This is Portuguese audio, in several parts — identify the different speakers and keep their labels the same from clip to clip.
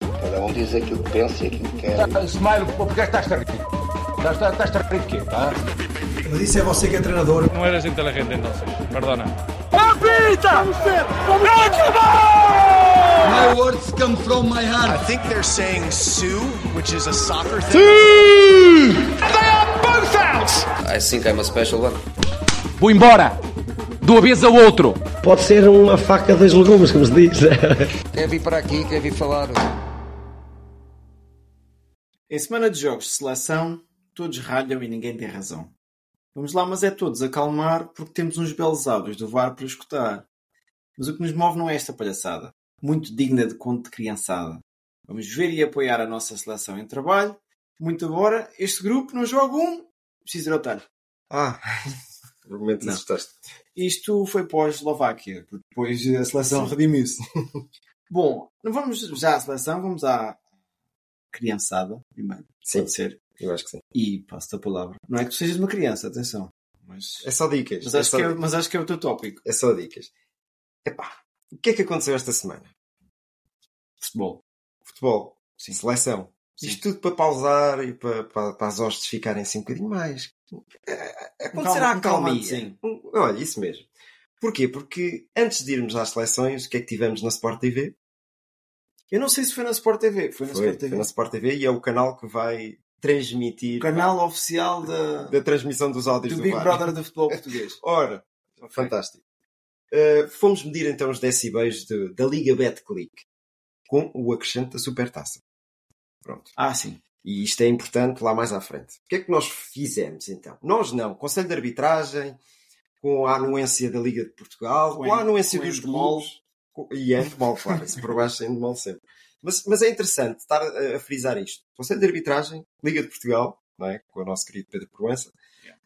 Speaker 1: Cada um diz aquilo que pensa e aquilo que quer.
Speaker 2: Smile, porque estás a rir? Estás a rir de quê? Tá?
Speaker 3: Mas isso é você que é treinador.
Speaker 4: No eres inteligente entonces, perdona.
Speaker 5: ¡Apita!
Speaker 6: My words come from my heart.
Speaker 7: I think they're saying Sue, which is a soccer thing.
Speaker 5: Sue!
Speaker 7: They are both out!
Speaker 1: I think I'm a special one.
Speaker 2: Vou embora! De uma vez ao outro!
Speaker 8: Pode ser uma faca dos legumes, como se diz.
Speaker 9: quer vir para aqui, quer vir falar.
Speaker 10: Em semana de jogos de seleção, todos ralham e ninguém tem razão. Vamos lá, mas é todos acalmar, porque temos uns belos áudios do VAR para escutar. Mas o que nos move não é esta palhaçada, muito digna de conto de criançada. Vamos ver e apoiar a nossa seleção em trabalho. Muito embora este grupo não joga um. Preciso ir ao talho.
Speaker 1: Ah, no momento não. assustaste.
Speaker 10: Isto foi pós-Eslováquia, depois a seleção redimiu-se. Bom, não vamos já à seleção, vamos à criançada primeiro.
Speaker 1: Sim.
Speaker 10: Pode ser.
Speaker 1: Eu acho que sim.
Speaker 10: E passo-te a palavra. Não é que tu sejas uma criança, atenção. Mas...
Speaker 1: É só dicas.
Speaker 10: Mas,
Speaker 1: é
Speaker 10: acho
Speaker 1: só
Speaker 10: que é,
Speaker 1: dicas.
Speaker 10: mas acho que é o teu tópico.
Speaker 1: É só dicas. Epá, o que é que aconteceu esta semana?
Speaker 10: Futebol.
Speaker 1: Futebol.
Speaker 10: Sim.
Speaker 1: Seleção.
Speaker 10: Sim.
Speaker 1: Isto tudo para pausar e para, para, para as hostes ficarem assim um bocadinho mais. É, Acontecerá
Speaker 10: Um calma- um
Speaker 1: a calminha.
Speaker 10: calmantezinho.
Speaker 1: Um- Olha, isso mesmo. Porquê? Porque antes de irmos às seleções, o que é que tivemos na Sport TV?
Speaker 10: Eu não sei se foi na Sport TV. Foi na
Speaker 1: Foi,
Speaker 10: Sport
Speaker 1: foi
Speaker 10: TV.
Speaker 1: na Sport TV e é o canal que vai transmitir
Speaker 10: O canal oficial da,
Speaker 1: da transmissão dos áudios
Speaker 10: do
Speaker 1: do,
Speaker 10: Big
Speaker 1: VAR.
Speaker 10: Brother do futebol português.
Speaker 1: Ora,
Speaker 10: Ok.
Speaker 1: fantástico. Uh, fomos medir então os decibéis de- da Liga Betclic com o acrescente da Supertaça. Pronto.
Speaker 10: Ah, sim.
Speaker 1: E isto é importante lá mais à frente. O que é que nós fizemos então? Nós não. Conselho de Arbitragem, com a anuência da Liga de Portugal,
Speaker 10: Com
Speaker 1: com,
Speaker 10: en-
Speaker 1: a anuência
Speaker 10: com
Speaker 1: dos
Speaker 10: Endemol.
Speaker 1: clubes. com- E handball, claro. Isso por baixo é handball sempre. Mas, mas é interessante estar a, a frisar isto. Conselho de Arbitragem, Liga de Portugal, não é? com o nosso querido Pedro Proença,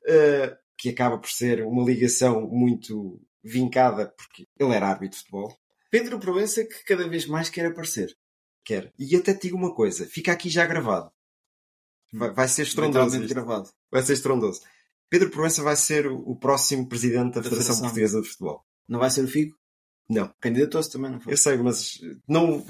Speaker 1: eh, que acaba por ser uma ligação muito vincada, porque ele era árbitro de futebol,
Speaker 10: Pedro Proença que cada vez mais quer aparecer.
Speaker 1: quer. E até te digo uma coisa, fica aqui já gravado. Vai, vai ser estrondoso.
Speaker 10: Literalmente
Speaker 1: isto.
Speaker 10: gravado.
Speaker 1: Vai ser estrondoso. Pedro Proença vai ser o, o próximo presidente da,
Speaker 10: Da
Speaker 1: Federação
Speaker 10: Federação.
Speaker 1: Portuguesa de Futebol.
Speaker 10: Não vai ser o Figo?
Speaker 1: Não.
Speaker 10: Candidatou-se também, não foi?
Speaker 1: Eu sei, mas eh, não.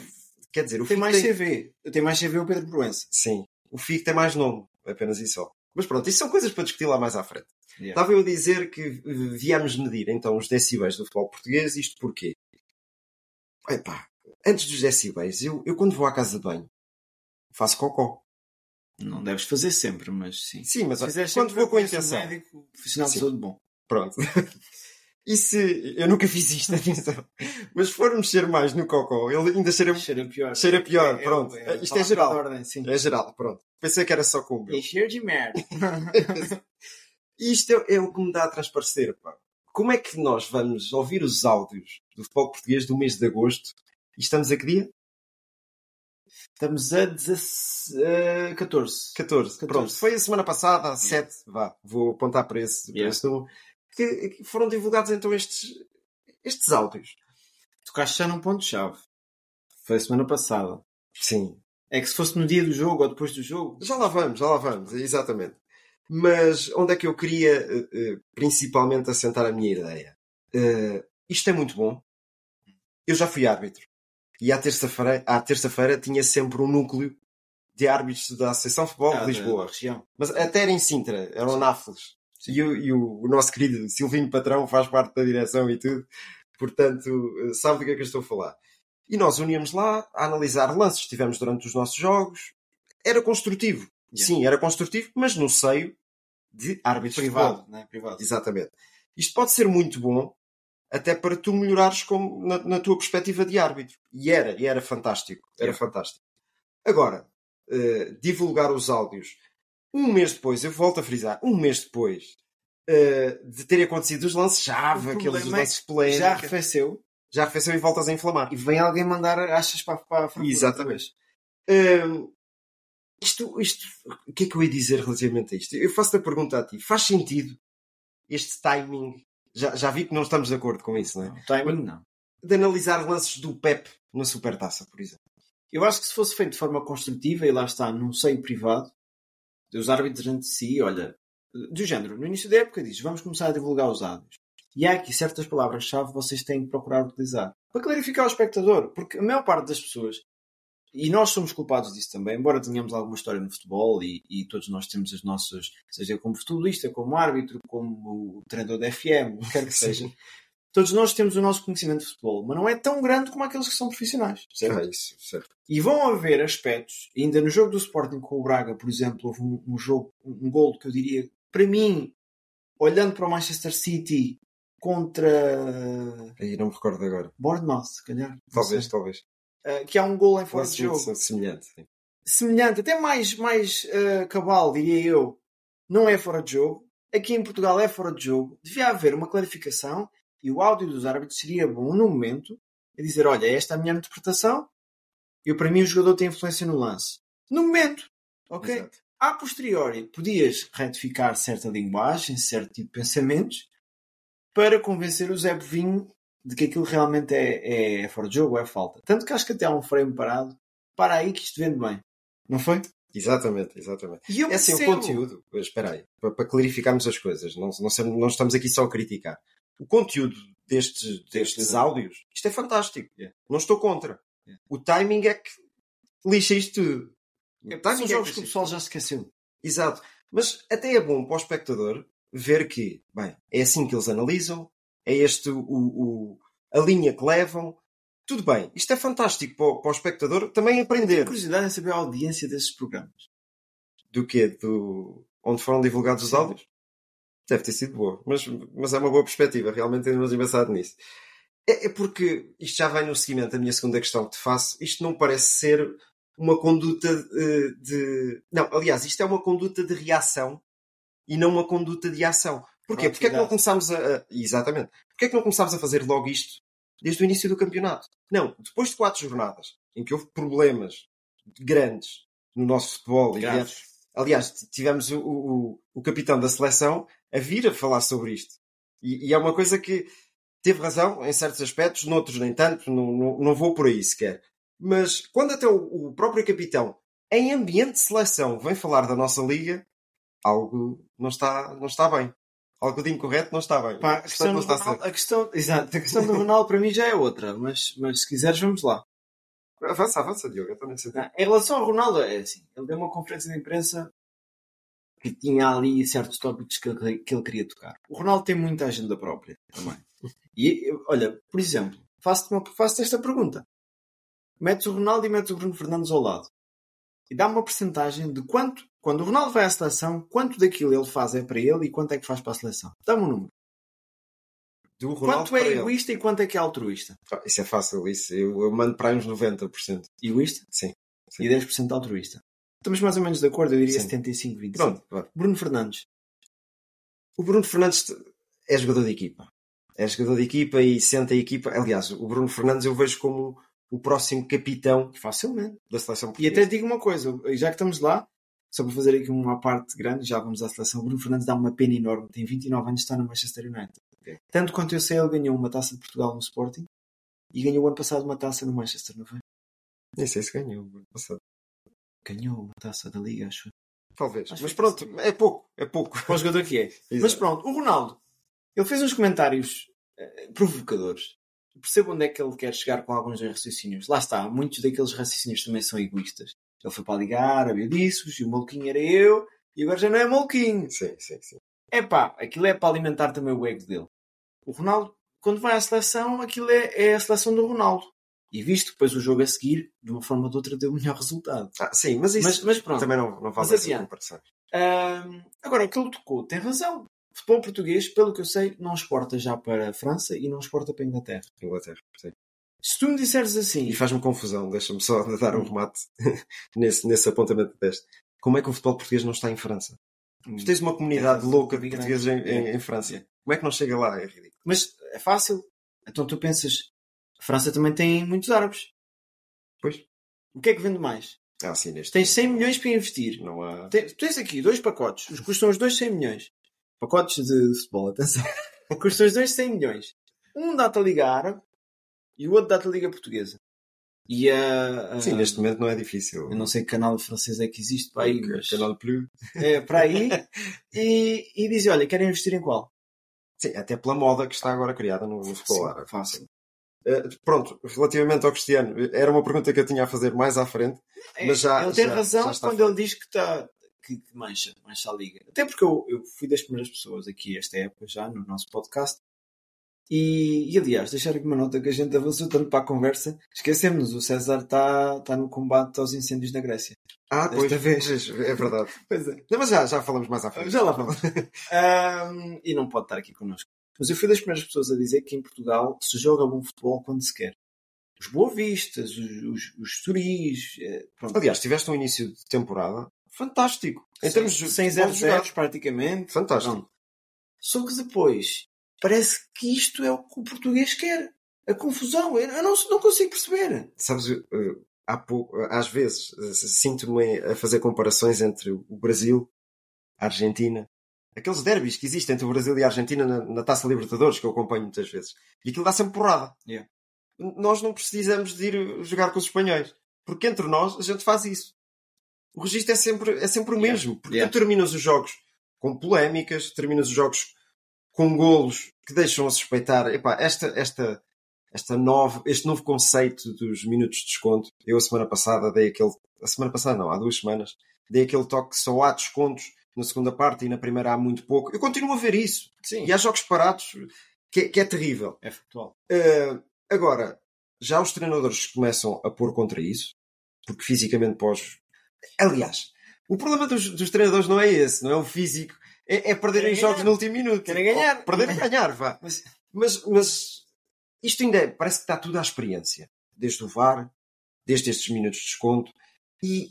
Speaker 1: Quer dizer, o
Speaker 10: Tem
Speaker 1: Fico
Speaker 10: mais CV. Tem mais CV o Pedro Proença.
Speaker 1: Sim. O FIC tem mais nome, apenas isso só. Mas pronto, isso são coisas para discutir lá mais à frente.
Speaker 10: Yeah.
Speaker 1: Estava eu a dizer que eh, viemos medir então os decibéis do futebol português, isto porquê? Epá, antes dos decibéis, eu, eu quando vou à casa de banho faço cocó.
Speaker 10: Não deves fazer sempre, mas sim.
Speaker 1: Sim, mas
Speaker 10: Se fizeres
Speaker 1: quando
Speaker 10: sempre,
Speaker 1: vou com a
Speaker 10: és um
Speaker 1: intenção.
Speaker 10: Médico, profissional de
Speaker 1: Sim.
Speaker 10: saúde bom.
Speaker 1: Pronto. E se. Eu nunca fiz isto, atenção. Mas se for mexer mais no cocó, ele ainda cheira,
Speaker 10: Cheira pior.
Speaker 1: cheira pior. Pronto. Isto é geral.
Speaker 10: Ordem, né? sim.
Speaker 1: É geral, É. pronto. Pensei que era só com o meu.
Speaker 10: E cheiro de merda.
Speaker 1: E isto é, é o que me dá a transparecer, pá. Como é que nós vamos ouvir os áudios do futebol português do mês de agosto? E estamos a que dia?
Speaker 10: Estamos a 16, eh, 14.
Speaker 1: 14.
Speaker 10: 14.
Speaker 1: Pronto, foi a semana passada, às 7, vá, vou apontar para esse, para
Speaker 10: Yeah.
Speaker 1: esse número, que, que foram divulgados então estes, estes áudios.
Speaker 10: Tocaste já num ponto-chave. Foi a semana passada.
Speaker 1: Sim,
Speaker 10: É que se fosse no dia do jogo ou depois do jogo.
Speaker 1: Já lá vamos, já lá vamos, exatamente. Mas onde é que eu queria eh, eh, principalmente assentar a minha ideia? Eh, isto é muito bom. Eu já fui árbitro. E à terça-feira à terça-feira tinha sempre um núcleo de árbitros da Associação de Futebol
Speaker 10: Ah, da-
Speaker 1: de Lisboa.
Speaker 10: da região.
Speaker 1: Mas até era em Sintra, eram Náfoles. E, o, e o, o nosso querido Silvinho Patrão faz parte da direção e tudo. Portanto, eh, sabe do que é que eu estou a falar. E nós uníamos lá a analisar lances que tivemos durante os nossos jogos. Era construtivo.
Speaker 10: Yeah.
Speaker 1: Sim, era construtivo, mas no seio de árbitros de futebol.
Speaker 10: Privado, né? Privado.
Speaker 1: Exatamente. Isto pode ser muito bom, até para tu melhorares como na, na tua perspectiva de árbitro. E era, e era fantástico. Era fantástico. Agora, eh, divulgar os áudios. Um mês depois, eu volto a frisar, um mês depois eh, de terem acontecido os lances-chave,
Speaker 10: O
Speaker 1: aqueles
Speaker 10: problema é
Speaker 1: lances
Speaker 10: que Já
Speaker 1: polémicos, já,
Speaker 10: arrefeceu
Speaker 1: já fez e voltas a inflamar.
Speaker 10: e vem alguém mandar achas para, para a francura.
Speaker 1: Exatamente. Hum, isto, isto, o que é que eu ia dizer relativamente a isto? Eu faço-te a pergunta a ti. Faz sentido este timing? Já, já vi que não estamos de acordo com isso, não é?
Speaker 10: Não, timing não.
Speaker 1: De analisar lances do Pep na Supertaça, por exemplo.
Speaker 10: Eu acho que se fosse feito de forma construtiva e lá está, num seio privado, os árbitros entre si, olha, do género, no início da época diz, vamos começar a divulgar os áudios. E há aqui certas palavras-chave que vocês têm que procurar utilizar. Para clarificar o espectador, porque a maior parte das pessoas E nós somos culpados disso também, embora tenhamos alguma história no futebol e, e todos nós temos as nossas, seja como futebolista, como árbitro, como treinador da FM, o que quer que seja, todos nós temos o nosso conhecimento de futebol, mas não é tão grande como aqueles que são profissionais, certo?
Speaker 1: É isso, certo.
Speaker 10: E vão haver aspectos, ainda no jogo do Sporting com o Braga, por exemplo, houve um, um jogo, um um gol que eu diria, para mim, olhando para o Manchester City contra
Speaker 1: Aí não me recordo agora.
Speaker 10: Bournemouth, se calhar, não
Speaker 1: Talvez,
Speaker 10: sei,
Speaker 1: talvez.
Speaker 10: eh, que há um gol em fora de
Speaker 1: Mas muito
Speaker 10: jogo
Speaker 1: são semelhante. sim.
Speaker 10: semelhante, até mais, mais eh, cabal, diria eu, não é fora de jogo. Aqui em Portugal é fora de jogo. Devia haver uma clarificação e o áudio dos árbitros seria bom no momento a dizer: olha, esta é a minha interpretação. Eu, para mim, o jogador tem influência no lance. No momento, ok?
Speaker 1: Exato.
Speaker 10: A posteriori, podias retificar certa linguagem, certo tipo de pensamentos, para convencer o Zé Bovinho de que aquilo realmente é, é fora de jogo, é falta. Tanto que acho que até há um frame parado. Para aí que isto vende bem. Não foi?
Speaker 1: Exatamente, exatamente.
Speaker 10: E eu
Speaker 1: É assim, o
Speaker 10: percebo.
Speaker 1: conteúdo, espera aí, para, para clarificarmos as coisas, não, não, sermos- não estamos aqui só a criticar. O conteúdo destes, destes áudios, isto é fantástico.
Speaker 10: Yeah.
Speaker 1: Não estou contra. O timing é que lixa isto tudo. O
Speaker 10: Tá, São
Speaker 1: timing
Speaker 10: jogos
Speaker 1: é
Speaker 10: que
Speaker 1: lixa
Speaker 10: o
Speaker 1: isto
Speaker 10: pessoal já se esqueceu.
Speaker 1: Exato. Mas até é bom para o espectador ver que, bem, é assim que eles analisam, é este o, o- a linha que levam. Tudo bem, isto é fantástico para o, para o espectador também aprender
Speaker 10: curiosidade é saber a audiência desses programas.
Speaker 1: do que do onde foram divulgados os áudios. Deve ter sido boa, mas, mas é uma boa perspectiva, realmente ainda não tinha pensado nisso. É, é porque isto já vai no seguimento da minha segunda questão que te faço. Isto não parece ser uma conduta eh, de. Não, aliás, isto é uma conduta de reação e não uma conduta de ação. Porquê? Porque é que
Speaker 10: Proatividade.
Speaker 1: não começámos a. a- Exatamente. Porquê é que não começámos a fazer logo isto desde o início do campeonato? Não, depois de quatro jornadas em que houve problemas grandes no nosso futebol e
Speaker 10: Graves.
Speaker 1: viemos- Aliás, t- tivemos o, o, o capitão da seleção a vir a falar sobre isto. E, e é uma coisa que teve razão em certos aspectos, noutros nem tanto, não, não, não vou por aí sequer. Mas quando até o, o próprio capitão, em ambiente de seleção, vem falar da nossa liga, algo não está, não está bem. Algo de incorreto não está bem.
Speaker 10: Pá, a,
Speaker 1: Isto
Speaker 10: questão
Speaker 1: não
Speaker 10: do
Speaker 1: está
Speaker 10: Ronaldo, a, questão, exato, a questão do Ronaldo para mim já é outra, mas, mas se quiseres vamos lá.
Speaker 1: certo. Avança, avança, Diogo. eu também sei.
Speaker 10: Ah, Em relação ao Ronaldo, é assim, ele deu uma conferência de imprensa que tinha ali certos tópicos que ele, que ele queria tocar. O Ronaldo tem muita agenda própria também. E, eu- olha, por exemplo, faço-te uma- faço-te esta pergunta. Metes o Ronaldo e metes o Bruno Fernandes ao lado. E dá uma percentagem de quanto, quando o Ronaldo vai à seleção, quanto daquilo ele faz é para ele e quanto é que faz para a seleção. Dá-me um número.
Speaker 1: Do
Speaker 10: quanto é
Speaker 1: para ele.
Speaker 10: egoísta e quanto é que é altruísta?
Speaker 1: Ah, Isso é fácil, isso. Eu, eu mando para aí uns 90%.
Speaker 10: Egoísta?
Speaker 1: Sim, sim.
Speaker 10: E 10% altruísta. Estamos mais ou menos de acordo, eu diria
Speaker 1: Sim.
Speaker 10: 75-25.
Speaker 1: Pronto, vá.
Speaker 10: Bruno Fernandes.
Speaker 1: O Bruno Fernandes te- é jogador de equipa. É jogador de equipa e sente a equipa. Aliás, o Bruno Fernandes eu vejo como o próximo capitão
Speaker 10: Facilmente.
Speaker 1: da seleção
Speaker 10: E até
Speaker 1: portuguesa.
Speaker 10: digo uma coisa, já que estamos lá, só para fazer aqui uma parte grande, já vamos à seleção. O Bruno Fernandes dá uma pena enorme, tem 29 anos, está no Manchester United. Tanto quanto eu sei, ele ganhou uma taça de Portugal no Sporting e ganhou ano passado uma taça no Manchester, não foi?
Speaker 1: Nem sei se ganhou. não sei.
Speaker 10: Ganhou uma taça da Liga, acho.
Speaker 1: Talvez.
Speaker 10: Acho
Speaker 1: Mas
Speaker 10: que
Speaker 1: pronto, é pouco. É pouco.
Speaker 10: Para o jogador que é. Mas
Speaker 1: Exato.
Speaker 10: pronto, o Ronaldo, ele fez uns comentários eh, provocadores. Percebo onde é que ele quer chegar com alguns dos raciocínios. Lá está, muitos daqueles raciocínios também são egoístas. Ele foi para a Liga Árabe, eu disse e o maluquinho era eu, e agora já não é maluquinho.
Speaker 1: Sim, sim, sim.
Speaker 10: É pá, aquilo é para alimentar também o ego dele. O Ronaldo, quando vai à seleção, aquilo é, é a seleção do Ronaldo. E visto depois o jogo a seguir, de uma forma ou de outra, deu o melhor resultado.
Speaker 1: Ah, sim, mas isso
Speaker 10: Mas, mas pronto.
Speaker 1: também não, não vale
Speaker 10: Mas
Speaker 1: a
Speaker 10: adiante.
Speaker 1: comparação.
Speaker 10: Ahm, agora, o que ele tocou tem razão. O futebol português, pelo que eu sei, não exporta já para a França e não exporta para a Inglaterra.
Speaker 1: Inglaterra. sim.
Speaker 10: Se tu me disseres assim,
Speaker 1: E faz-me confusão. Deixa-me só dar um remate nesse, nesse apontamento de teste. Como é que o futebol português não está em França? Tu tens uma comunidade louca de portugueses em, em- em França. Como Hum. é que não chega lá? É ridículo.
Speaker 10: mas é fácil. Então tu pensas, a França também tem muitos árabes.
Speaker 1: Pois.
Speaker 10: O que é que vende mais?
Speaker 1: Ah, sim, neste.
Speaker 10: Tens 100 milhões para investir.
Speaker 1: Não há.
Speaker 10: Tem- Tu tens aqui dois pacotes. Os custam os dois 100 milhões. Pacotes de futebol, atenção. custam os dois 100 milhões. Um dá-te a Liga Árabe e o outro dá-te a Liga Portuguesa. E a... a-
Speaker 1: Sim, neste momento não é difícil.
Speaker 10: Eu não sei que canal francês é que existe para aí, mas
Speaker 1: Canal Plus.
Speaker 10: é para aí. E, e dizem, olha, querem investir em qual?
Speaker 1: Sim, até pela moda que está agora criada no, no futebol árabe.
Speaker 10: fácil.
Speaker 1: Uh, pronto, relativamente ao Cristiano, era uma pergunta que eu tinha a fazer mais à frente, mas já.
Speaker 10: É, ele tem
Speaker 1: já- já
Speaker 10: razão
Speaker 1: está
Speaker 10: quando ele diz que está que que mancha, mancha a liga. Até porque eu, eu fui das primeiras pessoas aqui esta época já no nosso podcast. E, e, aliás, deixar aqui uma nota que a gente avançou tanto para a conversa, esquecemos, o César está está no combate aos incêndios na Grécia.
Speaker 1: Ah, pois,
Speaker 10: Desta vez.
Speaker 1: pois, é verdade.
Speaker 10: Pois é.
Speaker 1: Não, mas já, Ah, já falamos mais à frente.
Speaker 10: Já lá vamos. Ahm, e não pode estar aqui connosco. Mas eu fui das primeiras pessoas a dizer que em Portugal se joga bom futebol quando se quer. Os Boavistas, os, os, os Suris. eh, Pronto.
Speaker 1: Aliás, tiveste um início de temporada fantástico. Em termos de
Speaker 10: sem
Speaker 1: futebol
Speaker 10: zero
Speaker 1: jogado.
Speaker 10: zeros praticamente.
Speaker 1: Fantástico.
Speaker 10: Pronto. Só que depois parece que isto é o que o português quer. A confusão. Eu eu não, não consigo perceber.
Speaker 1: sabes, eh, há pou- às vezes eh, sinto-me a fazer comparações entre o Brasil, a Argentina, aqueles derbys que existem entre o Brasil e a Argentina na, na Taça Libertadores, que eu acompanho muitas vezes, e aquilo dá sempre porrada.
Speaker 10: Yeah.
Speaker 1: N- Nós não precisamos de ir eh, jogar com os espanhóis, porque entre nós a gente faz isso. O registro é sempre, é sempre o
Speaker 10: Yeah.
Speaker 1: mesmo, porque
Speaker 10: Yeah.
Speaker 1: tu terminas os jogos com polémicas, terminas os jogos com golos que deixam a suspeitar. Epá, esta, esta, esta nova, este novo conceito dos minutos de desconto. Eu a semana passada dei aquele. A semana passada não, há duas semanas, dei aquele toque que só há descontos na segunda parte e na primeira há muito pouco. Eu continuo a ver isso.
Speaker 10: Sim.
Speaker 1: E há jogos parados que, é- que é terrível.
Speaker 10: É futebol.
Speaker 1: Uh, agora, já os treinadores começam a pôr contra isso, porque fisicamente pós. Aliás, o problema dos, dos treinadores não é esse, não é o físico, é, é perderem
Speaker 10: Querem
Speaker 1: jogos
Speaker 10: ganhar.
Speaker 1: no último minuto.
Speaker 10: Querem ganhar.
Speaker 1: Ou Perderem e Oh, ganhar, vá.
Speaker 10: Mas-
Speaker 1: Mas, mas, isto ainda é, parece que está tudo à experiência. Desde o VAR, desde estes minutos de desconto, e,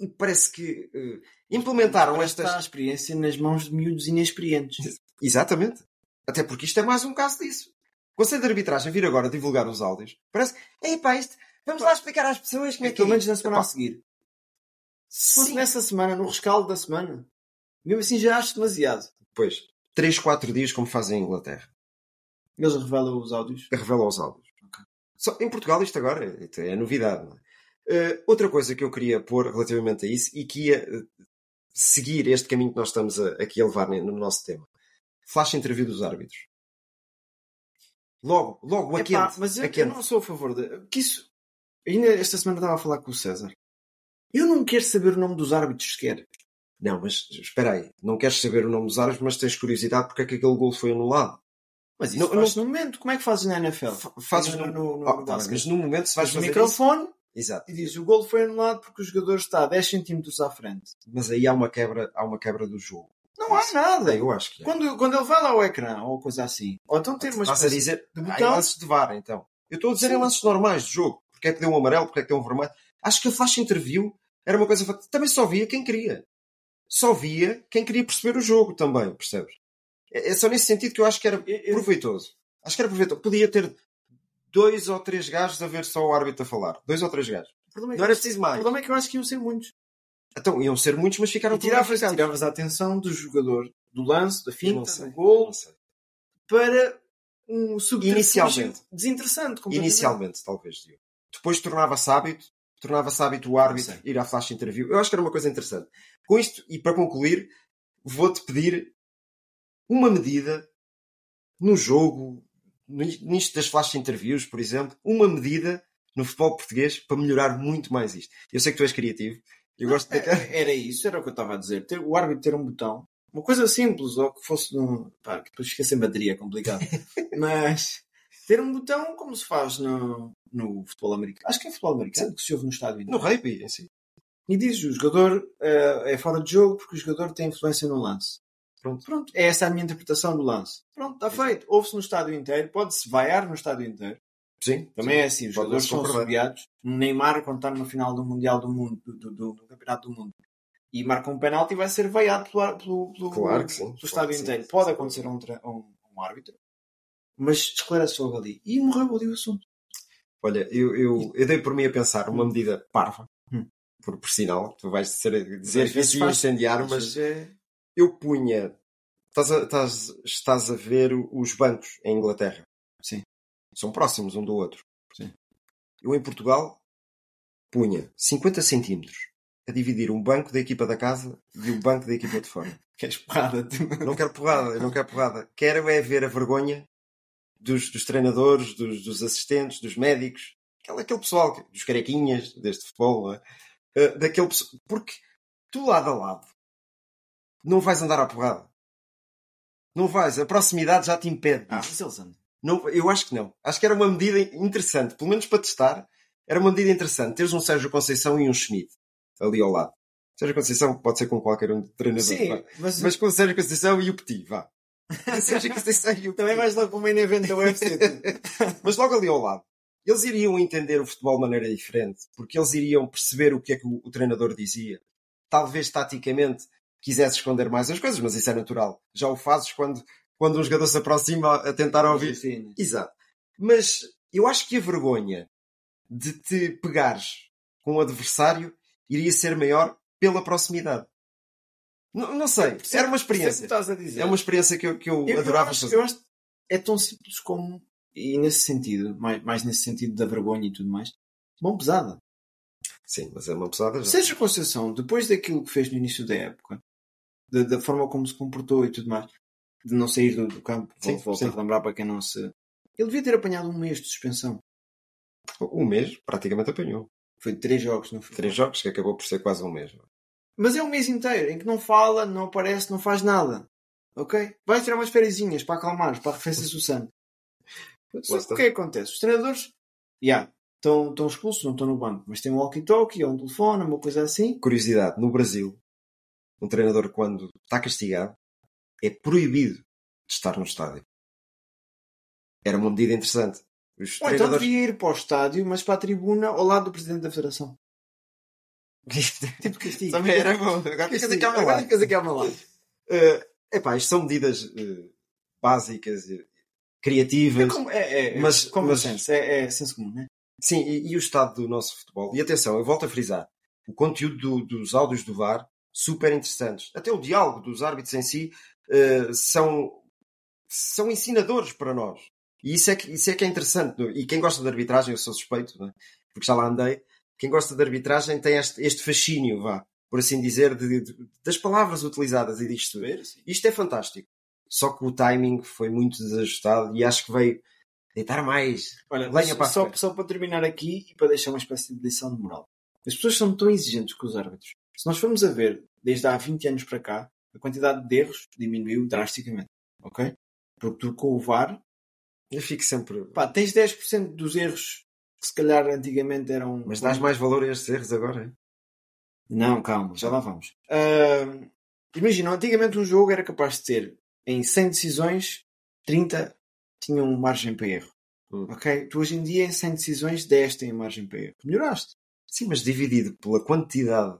Speaker 1: e parece que uh, implementaram
Speaker 10: Parece que
Speaker 1: estas.
Speaker 10: Está a experiência nas mãos de miúdos inexperientes.
Speaker 1: Exatamente. Até porque isto é mais um caso disso. O Conselho de Arbitragem vir agora divulgar os áudios. Parece que, ei pá, isto, vamos lá explicar às pessoas como é que é.
Speaker 10: Pelo menos na
Speaker 1: isto."
Speaker 10: semana
Speaker 1: Epá,
Speaker 10: a seguir. Se fosse
Speaker 1: Sim.
Speaker 10: nessa semana, no rescaldo da semana, mesmo assim já acho demasiado.
Speaker 1: Depois, 3, 4 dias, como fazem em Inglaterra.
Speaker 10: Eles revelam os áudios.
Speaker 1: Revela os áudios. Só, em Portugal, isto agora é, é novidade. Não é? Eh, outra coisa que eu queria pôr relativamente a isso e que ia eh, seguir este caminho que nós estamos a- aqui a levar ne- no nosso tema: flash interview dos árbitros. Logo, logo, a
Speaker 10: Epá,
Speaker 1: quente,
Speaker 10: mas eu,
Speaker 1: a
Speaker 10: eu
Speaker 1: quente.
Speaker 10: não sou a favor de. Que isso. Ainda esta semana estava a falar com o César. Eu não quero saber o nome dos árbitros sequer.
Speaker 1: Não, mas espera aí, não queres saber o nome dos árbitros, mas tens curiosidade porque é que aquele gol foi anulado.
Speaker 10: Mas isso
Speaker 1: Não,
Speaker 10: faz no momento. Como é que fazes na NFL?
Speaker 1: Fa- Fazes
Speaker 10: no,
Speaker 1: no,
Speaker 10: no, oh, no,
Speaker 1: Ah,
Speaker 10: no
Speaker 1: tá bem,
Speaker 10: basquete.
Speaker 1: mas no momento se vais
Speaker 10: Fazes o
Speaker 1: fazer
Speaker 10: microfone
Speaker 1: isso- Exato.
Speaker 10: e diz o gol foi anulado porque o jogador está a 10 centímetros à frente.
Speaker 1: Mas aí há uma quebra, há uma quebra do jogo.
Speaker 10: Não há nada.
Speaker 1: Eu acho que é.
Speaker 10: Quando, quando ele vai lá ao ecrã ou coisa assim, ou então tem uma
Speaker 1: Estás a
Speaker 10: espécie
Speaker 1: dizer
Speaker 10: de
Speaker 1: há em
Speaker 10: botão,
Speaker 1: lances de VAR, então. Eu estou a dizer em
Speaker 10: Sim.
Speaker 1: lances normais de jogo. Porque é que deu um amarelo, porque é que deu um vermelho. Acho que a flash interview era uma coisa... fa- Também só via quem queria. Só via quem queria perceber o jogo também, percebes? É é só nesse sentido que eu acho que era
Speaker 10: Eu- eu-
Speaker 1: proveitoso. Acho que era proveitoso. Podia ter dois ou três gajos a ver só o árbitro a falar. Dois ou três gajos.
Speaker 10: O problema é que-
Speaker 1: Não era preciso
Speaker 10: O
Speaker 1: mais.
Speaker 10: problema é que eu acho que iam ser muitos.
Speaker 1: Então, iam ser muitos, mas ficaram
Speaker 10: E tiravas,
Speaker 1: telegraficados.
Speaker 10: tiravas a atenção do jogador, do lance, da
Speaker 1: Não
Speaker 10: finta,
Speaker 1: sei,
Speaker 10: do gol,
Speaker 1: não sei.
Speaker 10: para um subterfúgio
Speaker 1: Inicialmente.
Speaker 10: desinteressante. completamente.
Speaker 1: Inicialmente, talvez. Diogo. Depois tornava-se hábito, tornava-se hábito o árbitro
Speaker 10: Não
Speaker 1: ir à flash interview. Eu acho que era uma coisa interessante. Com isto, e para concluir, vou-te pedir uma medida no jogo, ni- nisto das flash interviews, por exemplo, uma medida no futebol português para melhorar muito mais isto. Eu sei que tu és criativo, eu gosto de.
Speaker 10: É- Era isso, era o que eu estava a dizer. Ter, o árbitro ter um botão, uma coisa simples, ou que fosse num. Pá, que depois fica sem bateria, é complicado. Mas ter um botão como se faz no, no futebol americano. Acho que é futebol americano que se ouve no estádio.
Speaker 1: No rugby, em si.
Speaker 10: E diz o jogador eh, é fora de jogo porque o jogador tem influência no lance.
Speaker 1: Pronto.
Speaker 10: Pronto, é essa a minha interpretação do lance. Pronto, está feito. Ouve-se no estádio inteiro, pode-se vaiar no estádio inteiro.
Speaker 1: Sim.
Speaker 10: Também é assim, os
Speaker 1: Pode
Speaker 10: jogadores
Speaker 1: não se
Speaker 10: são
Speaker 1: concordar.
Speaker 10: subiados. Um Neymar, quando está numa final do Mundial do Mundo, do, do- do- do Campeonato do Mundo, e marca um penalti, vai ser vaiado pelo, ar- pelo, pelo-
Speaker 1: Claro que sim.
Speaker 10: pelo
Speaker 1: Claro
Speaker 10: estádio
Speaker 1: que sim.
Speaker 10: inteiro. Pode acontecer a um, tra- a um- a um árbitro, mas esclarece logo ali. E morreu ali o assunto.
Speaker 1: Olha, eu, eu, eu dei por mim a pensar uma medida parva,
Speaker 10: Hum.
Speaker 1: por, por sinal, tu vais dizer, dizer
Speaker 10: Às
Speaker 1: que
Speaker 10: vezes
Speaker 1: isso ia
Speaker 10: faz-
Speaker 1: incendiar, mas
Speaker 10: é...
Speaker 1: eu punha. Estás a, estás, estás a ver o- os bancos em Inglaterra.
Speaker 10: Sim.
Speaker 1: São próximos um do outro.
Speaker 10: Sim.
Speaker 1: Eu em Portugal punha 50 centímetros a dividir um banco da equipa da casa e o banco da equipa de fora.
Speaker 10: Que é espada.
Speaker 1: tipo, Não quero porrada, eu não quero porrada. Quero é ver a vergonha dos, dos treinadores, dos, dos, assistentes, dos médicos, aquele, aquele pessoal, dos carequinhas, deste futebol, é? uh, daquele Porque tu lado a lado não vais andar à porrada. Não vais, a proximidade já te impede.
Speaker 10: Ah, mas eles andam.
Speaker 1: Não, eu acho que não. Acho que era uma medida interessante, pelo menos para testar, era uma medida interessante teres um Sérgio Conceição e um Schmidt ali ao lado. Sérgio Conceição pode ser com qualquer um de treinador,
Speaker 10: Sim,
Speaker 1: vá.
Speaker 10: mas-
Speaker 1: mas... com o Sérgio Conceição e o Petit, vá. Sérgio Conceição e o Petit.
Speaker 10: Também vais É logo para o main event da UFC. tu.
Speaker 1: Mas logo ali ao lado, eles iriam entender o futebol de maneira diferente, porque eles iriam perceber o que é que o, o treinador dizia. Talvez taticamente quisesse esconder mais as coisas, mas isso é natural. Já o fazes quando, quando um jogador se aproxima a tentar ouvir.
Speaker 10: Sim, né?
Speaker 1: Exato. Mas eu acho que a vergonha de te pegares com o adversário iria ser maior pela proximidade. Não, não sei, era uma
Speaker 10: Sei o
Speaker 1: experiência.
Speaker 10: que estás a dizer.
Speaker 1: É uma experiência que eu, que eu
Speaker 10: Eu- eu
Speaker 1: adorava
Speaker 10: acho-
Speaker 1: fazer.
Speaker 10: Eu acho que é tão simples como, e nesse sentido, mais, mais nesse sentido da vergonha e tudo mais, mão pesada.
Speaker 1: Sim, mas é uma pesada já.
Speaker 10: Sérgio Conceição, depois daquilo que fez no início da época, da, da forma como se comportou e tudo mais, de não sair do, do campo,
Speaker 1: Sim,
Speaker 10: vou voltar
Speaker 1: sim.
Speaker 10: a lembrar para quem não se. Ele devia ter apanhado um mês de suspensão.
Speaker 1: Um mês praticamente apanhou.
Speaker 10: Foi três jogos, não foi?
Speaker 1: Três jogos que acabou por ser quase um mês.
Speaker 10: Mas é um mês inteiro em que não fala, não aparece, não faz nada. Ok? Vai tirar umas férias para acalmar, para arrefecer o sangue. Só que
Speaker 1: está.
Speaker 10: o que é que acontece? Os treinadores, já, estão estão expulsos, não estão no banco, mas tem um walkie-talkie ou um telefone, uma coisa assim.
Speaker 1: Curiosidade, no Brasil, um treinador quando está castigado é proibido de estar no estádio. Era uma medida interessante. Os
Speaker 10: Ou então
Speaker 1: treinadores...
Speaker 10: devia ir para o estádio, mas para a tribuna ao lado do presidente da federação. Tipo castigo.
Speaker 1: Também era bom. Agora ficas
Speaker 10: Castigo.
Speaker 1: aqui ao meu
Speaker 10: Agora
Speaker 1: lado.
Speaker 10: ficas aqui ao meu lado.
Speaker 1: é Eh, epá, isto são medidas eh, básicas, eh, criativas.
Speaker 10: Como- É, é,
Speaker 1: Mas-
Speaker 10: mas, como
Speaker 1: mas-
Speaker 10: senso, é, é senso comum, né?
Speaker 1: Sim, e, e o estado do nosso futebol. E atenção, eu volto a frisar: o conteúdo do- dos áudios do VAR, super interessantes. Até o diálogo dos árbitros em si eh, são, são ensinadores para nós. E isso é que, isso é, que é interessante. não é? E quem gosta de arbitragem, eu sou suspeito, não é? porque já lá andei. Quem gosta de arbitragem tem este, este fascínio, vá, por assim dizer, de- de- das palavras utilizadas e disto. Isto é fantástico. Só que o timing foi muito desajustado e acho que veio deitar mais.
Speaker 10: Olha,
Speaker 1: Lenha
Speaker 10: só-
Speaker 1: para a
Speaker 10: só,
Speaker 1: fogueira.
Speaker 10: só para terminar aqui e para deixar uma espécie de lição de moral. As pessoas são tão exigentes com os árbitros. Se nós formos a ver, desde há 20 anos para cá, a quantidade de erros diminuiu drasticamente. Ok? Porque tu com o VAR,
Speaker 1: Eu fico sempre.
Speaker 10: pá, tens 10% dos erros que se calhar antigamente eram.
Speaker 1: Mas dás mais valor a estes erros agora, hein?
Speaker 10: Não, calma, já lá vamos. Ah, imagina, antigamente um jogo era capaz de ter, em 100 decisões, 30 tinham margem para erro.
Speaker 1: Hum.
Speaker 10: Ok? Tu hoje em dia, em 100 decisões, 10 têm margem para erro. Melhoraste.
Speaker 1: Sim, mas dividido pela quantidade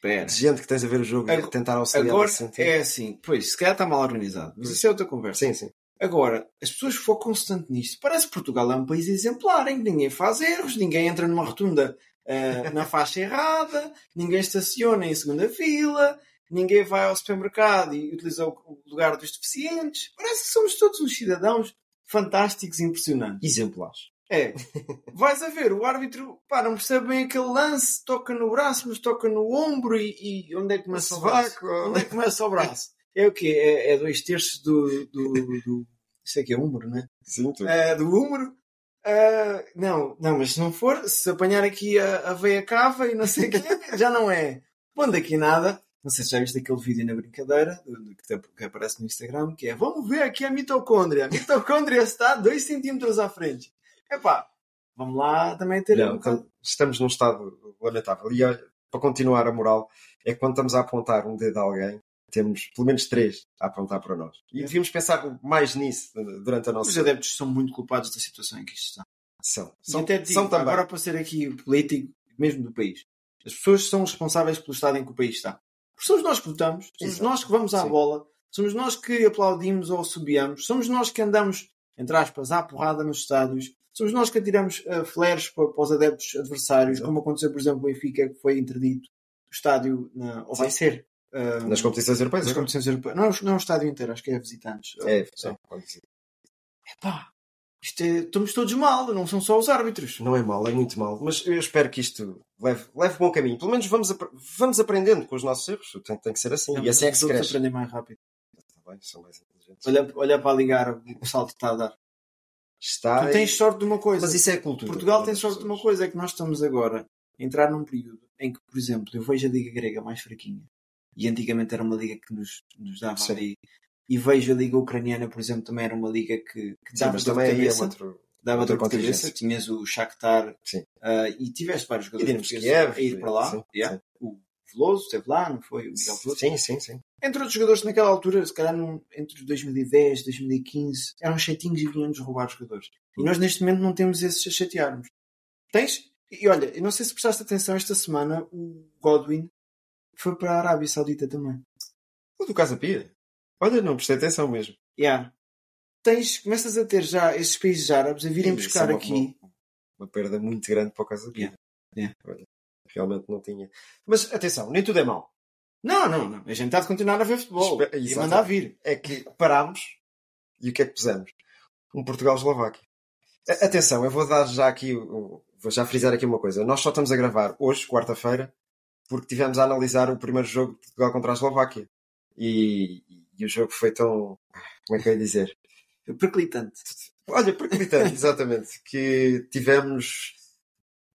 Speaker 10: Pera.
Speaker 1: de gente que tens a ver o jogo e a
Speaker 10: Agora-
Speaker 1: tentar auxiliar
Speaker 10: Agora
Speaker 1: nesse sentido. Hum.
Speaker 10: é assim, pois, se calhar está mal organizado, mas isso é outra conversa.
Speaker 1: Sim, sim.
Speaker 10: Agora, as pessoas focam-se tanto nisto. Parece que Portugal é um país exemplar em que ninguém faz erros, ninguém entra numa rotunda ah, na faixa errada, ninguém estaciona em segunda fila, ninguém vai ao supermercado e utiliza o- o lugar dos deficientes. Parece que somos todos uns cidadãos fantásticos e impressionantes.
Speaker 1: Exemplares.
Speaker 10: É. Vais a ver, o árbitro, pá, não percebe bem aquele lance, toca no braço, mas toca no ombro e, e onde é que começa o braço?
Speaker 1: Sovaco.
Speaker 10: Onde é que começa o braço? É o quê? É, é dois terços do, do, do. Isso aqui é ombro, não é?
Speaker 1: Sim, tu.
Speaker 10: Ah, do ombro. Ah, não, não, mas se não for, se apanhar aqui a, a veia cava e não sei o quê, já não é. Bom, daqui nada. Não sei se já viste aquele vídeo na brincadeira do- do- que, te- que aparece no Instagram, que é vamos ver aqui a mitocôndria. A mitocôndria está 2 centímetros à frente. Epá, vamos lá também ter
Speaker 1: Não,
Speaker 10: um bocado-
Speaker 1: então, estamos num estado lamentável. E olha, para continuar a moral, é que quando estamos a apontar um dedo a alguém, temos pelo menos três a apontar para nós. E
Speaker 10: É.
Speaker 1: devíamos pensar mais nisso durante a
Speaker 10: Os
Speaker 1: nossa
Speaker 10: adeptos são muito culpados da situação em que isto está.
Speaker 1: sessão.
Speaker 10: E
Speaker 1: São,
Speaker 10: até digo,
Speaker 1: são também.
Speaker 10: agora para ser aqui político, mesmo do país. As pessoas são responsáveis pelo estado em que o país está. Porque somos nós que votamos, somos
Speaker 1: Exato.
Speaker 10: nós que vamos à
Speaker 1: Sim.
Speaker 10: bola, somos nós que aplaudimos ou subiamos, somos nós que andamos, entre aspas, à porrada nos estádios, somos nós que atiramos ah, flares para, para os adeptos adversários, como aconteceu, por exemplo, em Benfica, que foi interdito o estádio, na- ou vai ser, ah,
Speaker 1: Nas competições europeias.
Speaker 10: nas
Speaker 1: agora.
Speaker 10: competições europeias. Não, é o- não é o estádio inteiro, acho que é visitantes.
Speaker 1: É,
Speaker 10: Sim.
Speaker 1: é, pode ser.
Speaker 10: Epá, isto é- estamos todos mal, não são só os árbitros.
Speaker 1: Não é mal, é muito mal. Mas eu espero que isto leve, leve bom caminho. Pelo menos vamos, apre- vamos aprendendo com os nossos erros. Tem, tem que ser assim. e assim é que se
Speaker 10: Todos
Speaker 1: cresce.
Speaker 10: aprendem mais rápido.
Speaker 1: Tá bem, são mais inteligentes.
Speaker 10: Olha, olha para ligar o salto que está a dar.
Speaker 1: Está
Speaker 10: Tu tens sorte de uma coisa.
Speaker 1: Ah, Mas isso é cultura.
Speaker 10: Portugal tem sorte de uma coisa, é que nós estamos agora a entrar num período em que, por exemplo, eu vejo a Liga Grega mais fraquinha. E antigamente era uma liga que nos, nos dava
Speaker 1: Sim.
Speaker 10: ali. E vejo a Liga Ucraniana, por exemplo, também era uma liga que, que
Speaker 1: Sim,
Speaker 10: dava
Speaker 1: mas
Speaker 10: dor
Speaker 1: também
Speaker 10: de
Speaker 1: aí é
Speaker 10: cabeça.
Speaker 1: outro.
Speaker 10: dava
Speaker 1: outra
Speaker 10: dor de cabeça.
Speaker 1: contingência.
Speaker 10: Tinhas o Shakhtar
Speaker 1: Sim.
Speaker 10: ah, e tiveste vários jogadores
Speaker 1: Dinamo de
Speaker 10: portugueses
Speaker 1: Kiev,
Speaker 10: a ir para lá.
Speaker 1: sim,
Speaker 10: Yeah.
Speaker 1: sim.
Speaker 10: O Veloso esteve lá, não foi? O Miguel Veloso
Speaker 1: Sim, sim, sim.
Speaker 10: entre outros jogadores naquela altura, se calhar num- entre 2010 2015, eram chatinhos e vinham-nos roubar jogadores. E nós neste momento não temos esses a chatearmos. Tens? E olha, eu não sei se prestaste atenção esta semana, o Godwin foi para a Arábia Saudita também.
Speaker 1: O do Casa Pia. Olha, não prestei atenção mesmo.
Speaker 10: Yeah. Tens, começas a ter já esses países árabes a virem
Speaker 1: Sim, isso
Speaker 10: buscar
Speaker 1: é uma
Speaker 10: aqui.
Speaker 1: Uma perda muito grande para o Casa Pia.
Speaker 10: Yeah.
Speaker 1: Olha, realmente não tinha. Mas atenção, nem tudo é mau.
Speaker 10: Não, não, não. A gente está de continuar a ver futebol.
Speaker 1: Espe-
Speaker 10: E
Speaker 1: Exatamente.
Speaker 10: mandar vir.
Speaker 1: É que parámos e o que é que pusemos? Um Portugal-Eslováquia. A- Atenção, eu vou dar já aqui, o- vou já frisar aqui uma coisa. Nós só estamos a gravar hoje, quarta-feira, porque tivemos a analisar o primeiro jogo de Portugal contra a Eslováquia. E, e o jogo foi tão. Como é que eu ia dizer?
Speaker 10: Perclitante.
Speaker 1: Olha, perclitante, exatamente, que tivemos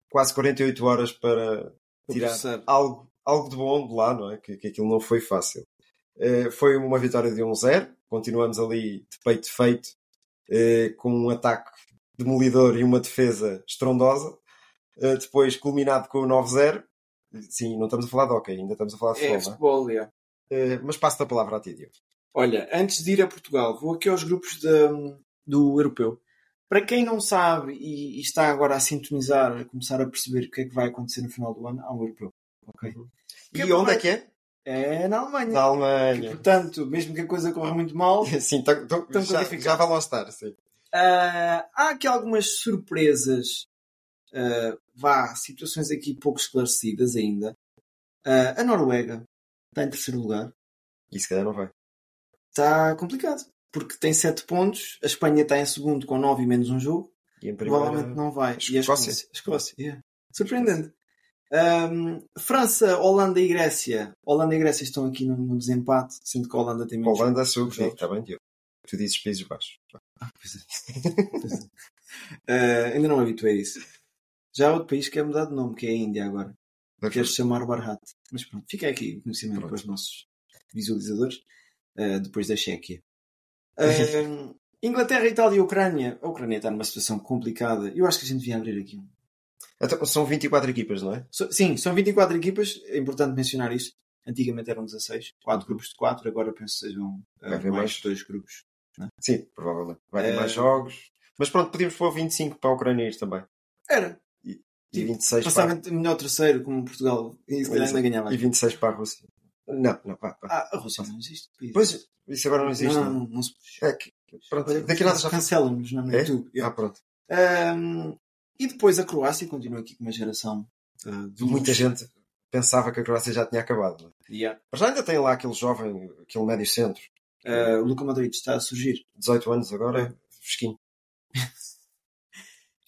Speaker 1: quase 48 horas para
Speaker 10: Para
Speaker 1: tirar
Speaker 10: processar.
Speaker 1: algo, algo de bom de lá, não é? Que, que aquilo não foi fácil. Eh, foi uma vitória de 1-0, continuamos ali de peito feito, eh, com um ataque demolidor e uma defesa estrondosa, Eh, depois culminado com o 9-0. Sim, não estamos a falar de ok, ainda estamos a falar de
Speaker 10: É
Speaker 1: futebol, não é?
Speaker 10: futebol, yeah.
Speaker 1: Eh, mas passo-te a palavra a ti, Diogo.
Speaker 10: Olha, antes de ir a Portugal, vou aqui aos grupos da- do europeu. Para quem não sabe e, e está agora a sintonizar, a começar a perceber o que é que vai acontecer no final do ano, há um europeu. ok?
Speaker 1: E
Speaker 10: Que
Speaker 1: onde
Speaker 10: vai-
Speaker 1: é que é?
Speaker 10: É na Alemanha.
Speaker 1: Na Alemanha.
Speaker 10: Portanto, mesmo que a coisa corra muito mal,
Speaker 1: Sim, tão, tão,
Speaker 10: Tão
Speaker 1: já,
Speaker 10: codificado.
Speaker 1: já vai lá estar, sim.
Speaker 10: ah, há aqui algumas surpresas, ah, vá, situações aqui pouco esclarecidas ainda. Ah, a Noruega está em terceiro lugar.
Speaker 1: E se calhar não vai.
Speaker 10: Está complicado, porque tem sete pontos. A Espanha está em segundo com nove e menos um jogo.
Speaker 1: E em
Speaker 10: Provavelmente não vai. E a
Speaker 1: Escócia.
Speaker 10: Escócia. Escócia, yeah. Surpreendente. Um, França, Holanda e Grécia. Holanda e Grécia estão aqui no, no desempate, sendo que a Holanda tem menos.
Speaker 1: Holanda sub, sim, está bem, Diogo. Tu dizes Países Baixos.
Speaker 10: Uh, ainda não me habituei a isso. Já há outro país que quer mudar de nome, que é a Índia agora.
Speaker 1: Ok.
Speaker 10: Queres chamar Barhat. Mas pronto, fica aqui o conhecimento
Speaker 1: Pronto.
Speaker 10: para os nossos visualizadores, uh, depois da Chequia. Um, Inglaterra, Itália e Ucrânia. A Ucrânia está numa situação complicada. Eu acho que a gente devia abrir aqui um
Speaker 1: Então, são 24 equipas, não é?
Speaker 10: So- sim, são 24 equipas, é importante mencionar isto. Antigamente eram 16, 4 grupos de 4, agora penso que sejam ah,
Speaker 1: Vai haver
Speaker 10: mais,
Speaker 1: mais.
Speaker 10: dois grupos.
Speaker 1: Sim, provavelmente. Vai ter
Speaker 10: Eh,
Speaker 1: mais jogos. Mas pronto, podíamos pôr 25 para a Ucrânia ir também.
Speaker 10: Era.
Speaker 1: E
Speaker 10: Tipo,
Speaker 1: 26
Speaker 10: Passava
Speaker 1: para...
Speaker 10: entre melhor terceiro, como Portugal, e se calhar ainda ganhava.
Speaker 1: E 26 para a Rússia. Não, não, pá, pá.
Speaker 10: Ah, a Rússia não existe. país.
Speaker 1: Pois, isso agora não existe.
Speaker 10: Não,
Speaker 1: não.
Speaker 10: não, não se...
Speaker 1: É que, pronto,
Speaker 10: Olha,
Speaker 1: daqui a nada já...
Speaker 10: Cancela-nos não, no
Speaker 1: É?
Speaker 10: YouTube.
Speaker 1: Ah, pronto.
Speaker 10: Ahm, e depois a Croácia continua aqui com uma geração ah, de
Speaker 1: Muita
Speaker 10: luxo.
Speaker 1: gente pensava que a Croácia já tinha acabado. não é?
Speaker 10: Yeah.
Speaker 1: Mas já ainda tem lá aquele jovem, aquele médio centro.
Speaker 10: Ah, o Luka Madrid está a surgir.
Speaker 1: 18 anos
Speaker 10: É.
Speaker 1: agora, fresquinho.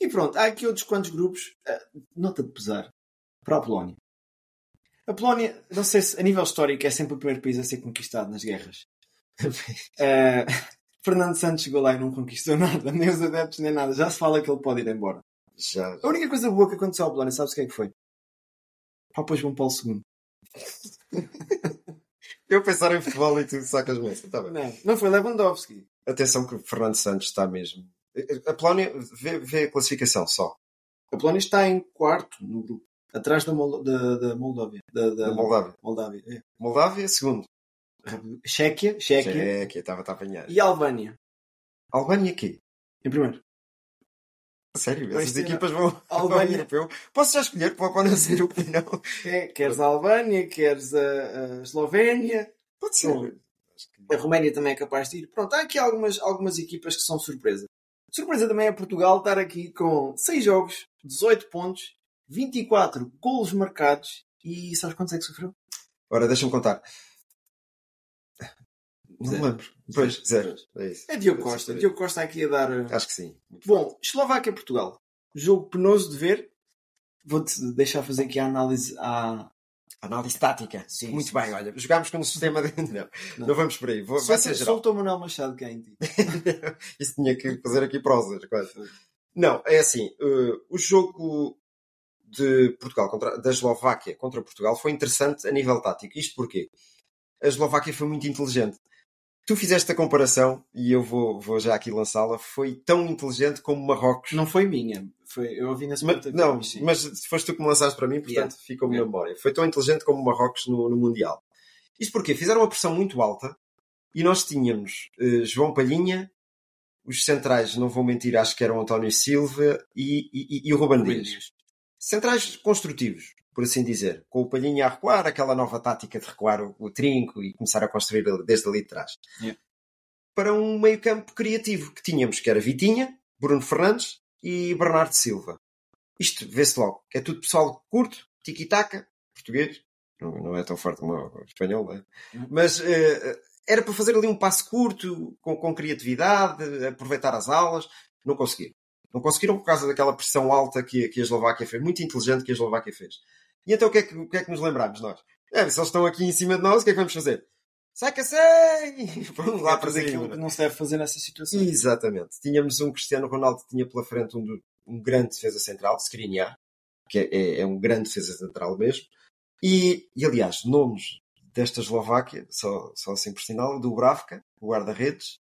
Speaker 10: E pronto, há aqui outros quantos grupos, ah, nota de pesar, para a Polónia. A Polónia, não sei se a nível histórico, é sempre o primeiro país a ser conquistado nas guerras. Ah, Fernando Santos chegou lá e não conquistou nada, nem os adeptos, nem nada. Já se fala que ele pode ir embora.
Speaker 1: Já,
Speaker 10: A única coisa boa que aconteceu à Polónia, sabes o que é que foi? Ah, pois João Paulo II.
Speaker 1: Eu pensar em futebol e tu sacas mesmo. Tá bem.
Speaker 10: Não, não foi Lewandowski.
Speaker 1: Atenção que o Fernando Santos está mesmo. A Polónia vê, vê a classificação só.
Speaker 10: A Polónia está em quarto no grupo, atrás da, Mol- da, da Moldávia. Da, da-
Speaker 1: Da Moldávia.
Speaker 10: Moldávia, é.
Speaker 1: Moldávia, segundo.
Speaker 10: Chequia,
Speaker 1: É
Speaker 10: Chequia
Speaker 1: que estava a apanhar.
Speaker 10: e a Albânia,
Speaker 1: Albânia aqui.
Speaker 10: em primeiro.
Speaker 1: Sério,
Speaker 10: Vai
Speaker 1: essas
Speaker 10: ser
Speaker 1: equipas vão
Speaker 10: Albânia.
Speaker 1: ao europeu. Posso já escolher para para não ser o que não?
Speaker 10: É, queres a Albânia, queres a, a Eslovénia,
Speaker 1: Pode ser.
Speaker 10: Não. a Roménia também é capaz de ir. Pronto, há aqui algumas, algumas equipas que são surpresa. Surpresa também é Portugal estar aqui com 6 jogos, 18 pontos, 24 golos marcados e sabes quantos é que sofreu?
Speaker 1: Ora, deixa-me contar. Não
Speaker 10: Zero.
Speaker 1: lembro. Pois, zero.
Speaker 10: Pois.
Speaker 1: É isso.
Speaker 10: É Diogo Costa. Diogo Costa aqui a dar. uh,
Speaker 1: Acho que sim.
Speaker 10: Bom, Eslováquia-Portugal. Jogo penoso de ver. Vou-te deixar fazer aqui a análise à,
Speaker 1: Análise tática.
Speaker 10: Sim,
Speaker 1: Muito
Speaker 10: sim,
Speaker 1: bem,
Speaker 10: sim.
Speaker 1: olha, jogámos com um sistema de. Não, não, vamos por aí. Vou, vai
Speaker 10: Solta,
Speaker 1: ser geral.
Speaker 10: solta o Manuel Machado cá em ti.
Speaker 1: Isso tinha que fazer aqui prosas, quase. Não, é assim. eh, o jogo de Portugal contra, da Eslováquia contra Portugal foi interessante a nível tático. Isto porquê? A Eslováquia foi muito inteligente. Tu fizeste a comparação, e eu vou, vou já aqui lançá-la, foi tão inteligente como Marrocos.
Speaker 10: Não foi minha. Foi, eu ouvi na
Speaker 1: Mas,
Speaker 10: segunda.
Speaker 1: não, mas foste tu que me lançaste para mim, portanto
Speaker 10: Yeah.
Speaker 1: ficou-me
Speaker 10: Yeah.
Speaker 1: na memória. Foi tão inteligente como o Marrocos no, no Mundial. Isto porque fizeram uma pressão muito alta e nós tínhamos eh, João Palhinha, os centrais, não vou mentir, acho que eram António Silva e, e- e- e o Ruben Dias. Centrais construtivos, por assim dizer, com o Palhinha a recuar, aquela nova tática de recuar o, o trinco e começar a construir ali- desde ali de trás.
Speaker 10: Yeah.
Speaker 1: Para um meio campo criativo que tínhamos, que era Vitinha, Bruno Fernandes e Bernardo Silva. Isto vê-se logo. É tudo pessoal curto, tiki-taka, português. Não, não é tão forte como o espanhol, não é? Mas eh, era para fazer ali um passo curto, com, com criatividade, aproveitar as aulas. Não conseguiram. Não conseguiram por causa daquela pressão alta que, que a Eslováquia fez. Muito inteligente que a Eslováquia fez. E então o que é que, o que, é que nos lembramos nós? É, se eles estão aqui em cima de nós, o que é que vamos fazer? Sai que sei! Vamos lá
Speaker 10: Lá
Speaker 1: para
Speaker 10: fazer
Speaker 1: cima.
Speaker 10: aquilo que não se deve fazer nessa situação.
Speaker 1: Exatamente. Tínhamos um Cristiano Ronaldo que tinha pela frente um, do- um grande defesa central, Skriniar, que é, é- é um grande defesa central mesmo. E, e, aliás, nomes desta Eslováquia, só, só assim por sinal, do Bravka, o guarda-redes.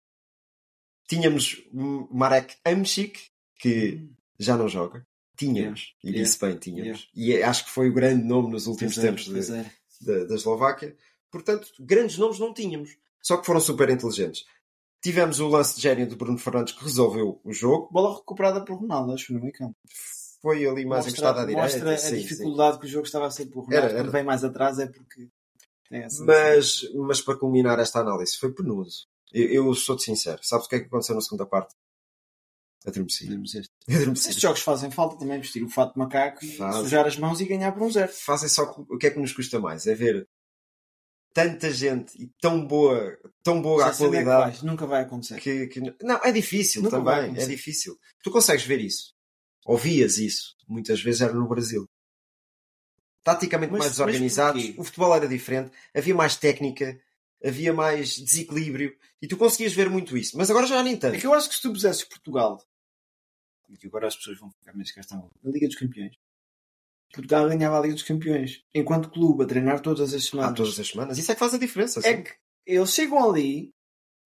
Speaker 1: Tínhamos hum, Marek Amchik, que já não joga. Tínhamos, e
Speaker 10: Hum. Yeah.
Speaker 1: disse bem, tínhamos. E acho que foi o grande nome nos últimos tempos de-
Speaker 10: Pois é.
Speaker 1: da, da Eslováquia. Portanto, grandes nomes não tínhamos. Só que foram super inteligentes. Tivemos o lance de gênio de Bruno Fernandes que resolveu o jogo.
Speaker 10: Bola recuperada por Ronaldo, acho, no meio campo.
Speaker 1: Foi ali mais encostado à direita.
Speaker 10: mostra
Speaker 1: sim,
Speaker 10: a
Speaker 1: sim.
Speaker 10: dificuldade que o jogo estava a ser por Ronaldo.
Speaker 1: Era, era.
Speaker 10: Quando vem mais atrás é porque tem essa.
Speaker 1: Mas, mas para culminar esta análise, foi penoso. Eu, eu sou-te sincero. Sabes o que é que aconteceu na segunda parte? Adormeci.
Speaker 10: Podemos este.
Speaker 1: Adormeci.
Speaker 10: Estes jogos fazem falta também vestir o fato de macaco e
Speaker 1: Fazem.
Speaker 10: sujar as mãos e ganhar por um zero.
Speaker 1: Fazem só co- o que é que nos custa mais. É ver tanta gente e tão boa, tão boa
Speaker 10: Já
Speaker 1: a
Speaker 10: sei onde é que
Speaker 1: qualidade.
Speaker 10: vais, Nunca vai acontecer.
Speaker 1: que, que- não é difícil
Speaker 10: Nunca vai
Speaker 1: também é
Speaker 10: acontecer.
Speaker 1: difícil tu consegues ver isso ouvias isso muitas vezes era no Brasil taticamente
Speaker 10: Mas-
Speaker 1: mais
Speaker 10: mas
Speaker 1: desorganizados
Speaker 10: porquê?
Speaker 1: o futebol era diferente havia mais técnica havia mais desequilíbrio e tu conseguias ver muito isso mas agora já nem
Speaker 10: É
Speaker 1: tanto
Speaker 10: que eu acho que se tu pusesses Portugal, e agora as pessoas vão ficar mais castadas, na Liga dos Campeões, Portugal ganhava a Liga dos Campeões, enquanto clube, a treinar todas as
Speaker 1: há
Speaker 10: semanas.
Speaker 1: todas as semanas isso é que faz a diferença
Speaker 10: É
Speaker 1: sim.
Speaker 10: que eles chegam ali,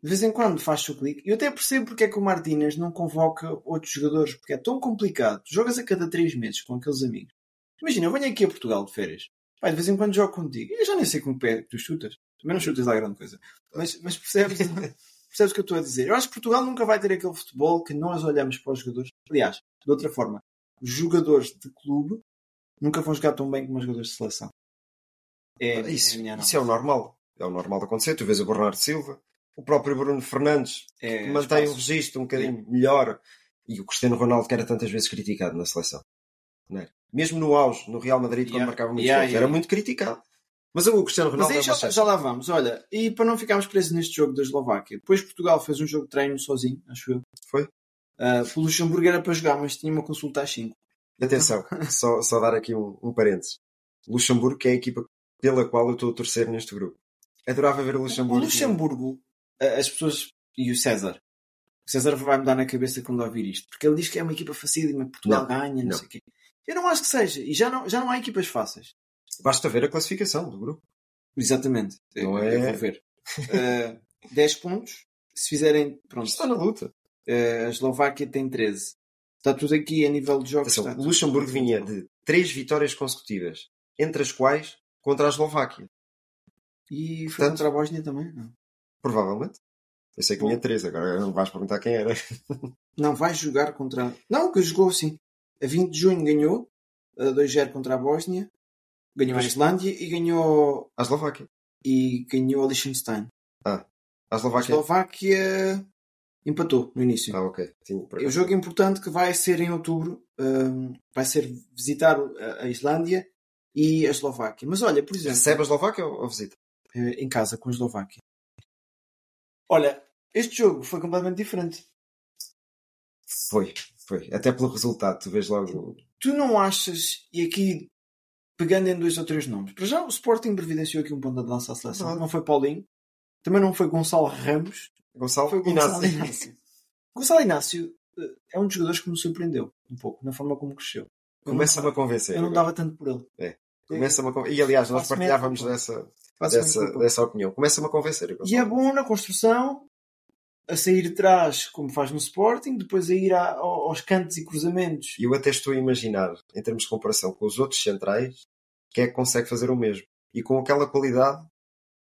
Speaker 10: de vez em quando faz o clique, e eu até percebo porque é que o Martínez não convoca outros jogadores, porque é tão complicado. Tu Jogas a cada três meses com aqueles amigos. Imagina, eu venho aqui a Portugal de férias. Pai, de vez em quando jogo contigo. Eu já nem sei com o pé que tu chutas. Também não chutas lá grande coisa. Mas, mas percebes, percebes o que eu estou a dizer? Eu acho que Portugal nunca vai ter aquele futebol que nós olhamos para os jogadores. Aliás, de outra forma, os jogadores de clube nunca vão jogar tão bem como os jogadores de seleção. É, é
Speaker 1: isso,
Speaker 10: a minha
Speaker 1: isso é o normal é o normal de acontecer tu vês o Bernardo Silva o próprio Bruno Fernandes
Speaker 10: análise. É
Speaker 1: mantém um
Speaker 10: espaço.
Speaker 1: registro um bocadinho melhor. E o Cristiano Ronaldo, que era tantas vezes criticado na seleção. Não era? Mesmo no auge, no Real Madrid, quando
Speaker 10: Yeah.
Speaker 1: marcava muitos
Speaker 10: Yeah,
Speaker 1: gols,
Speaker 10: yeah.
Speaker 1: era muito criticado. Mas o Cristiano
Speaker 10: Mas
Speaker 1: Ronaldo
Speaker 10: aí
Speaker 1: é
Speaker 10: já,
Speaker 1: uma
Speaker 10: já lá vamos, olha. E para não ficarmos presos neste jogo da Eslováquia, depois Portugal fez um jogo de treino sozinho, acho eu.
Speaker 1: Foi.
Speaker 10: Ah, o Luxemburgo era para jogar, mas tinha uma consulta às 5.
Speaker 1: Atenção, só, só dar aqui um, um parênteses. Luxemburgo, que é a equipa pela qual eu estou a torcer neste grupo. Adorava ver o
Speaker 10: O
Speaker 1: Luxemburgo.
Speaker 10: Luxemburgo, ah, as pessoas. E o César. O César vai me dar na cabeça quando ouvir isto, porque ele diz que é uma equipa facílima, Portugal
Speaker 1: Não,
Speaker 10: ganha, não,
Speaker 1: não.
Speaker 10: sei o quê. Eu não acho que seja, e já não, já não há equipas fáceis.
Speaker 1: Basta ver a classificação do grupo.
Speaker 10: Exatamente.
Speaker 1: Não
Speaker 10: eu, eu
Speaker 1: é?
Speaker 10: vou ver. Ah, 10 pontos, se fizerem. Pronto,
Speaker 1: Está na luta.
Speaker 10: ah, a Eslováquia tem 13. Está tudo aqui a nível de jogos.
Speaker 1: Atenção,
Speaker 10: está
Speaker 1: o
Speaker 10: tudo.
Speaker 1: Luxemburgo vinha de três vitórias consecutivas, entre as quais contra a Eslováquia.
Speaker 10: E foi
Speaker 1: Portanto-
Speaker 10: contra a Bósnia também? Não.
Speaker 1: Provavelmente. Eu sei que tinha três, agora não vais perguntar quem era.
Speaker 10: Não, vai jogar contra. Não, que jogou sim. A 20 de junho ganhou a 2-0 contra a Bósnia, ganhou a Islândia e ganhou,
Speaker 1: A Eslováquia.
Speaker 10: e ganhou a Liechtenstein.
Speaker 1: A
Speaker 10: A
Speaker 1: Eslováquia.
Speaker 10: Eslováquia empatou no início.
Speaker 1: Ah, ok. Sim, por
Speaker 10: É um
Speaker 1: acaso.
Speaker 10: jogo importante que vai ser em outubro. hum, vai ser visitar a- a Islândia e a Eslováquia. Mas olha, por exemplo,
Speaker 1: Recebe a Eslováquia ou, ou visita?
Speaker 10: eh, em casa com a Eslováquia. Olha, este jogo foi completamente diferente.
Speaker 1: Foi, foi. Até pelo resultado, tu vês logo.
Speaker 10: tu não achas, e aqui pegando em dois ou três nomes. Para já, o Sporting previdenciou aqui um ponto de lança à seleção. Não foi Paulinho, também não foi Gonçalo Ramos,
Speaker 1: Gonçalo
Speaker 10: foi o Gonçalo
Speaker 1: Inácio.
Speaker 10: Inácio. Gonçalo Inácio eh, é um dos jogadores que me surpreendeu um pouco na forma como cresceu. Eu não
Speaker 1: Começa-me a
Speaker 10: dava-
Speaker 1: convencer.
Speaker 10: Eu não dava tanto por ele.
Speaker 1: É. Começa-me a conven- E aliás, nós
Speaker 10: Faço meia
Speaker 1: partilhávamos
Speaker 10: culpa.
Speaker 1: dessa,
Speaker 10: Faço-me
Speaker 1: dessa,
Speaker 10: culpa.
Speaker 1: dessa opinião. Começa-me a convencer. Gonçalo.
Speaker 10: E é bom na construção, a sair de trás, como faz no Sporting, depois a ir a- ao- aos cantos e cruzamentos.
Speaker 1: E eu até estou a imaginar, em termos de comparação com os outros centrais, quem é que consegue fazer o mesmo. E com aquela qualidade,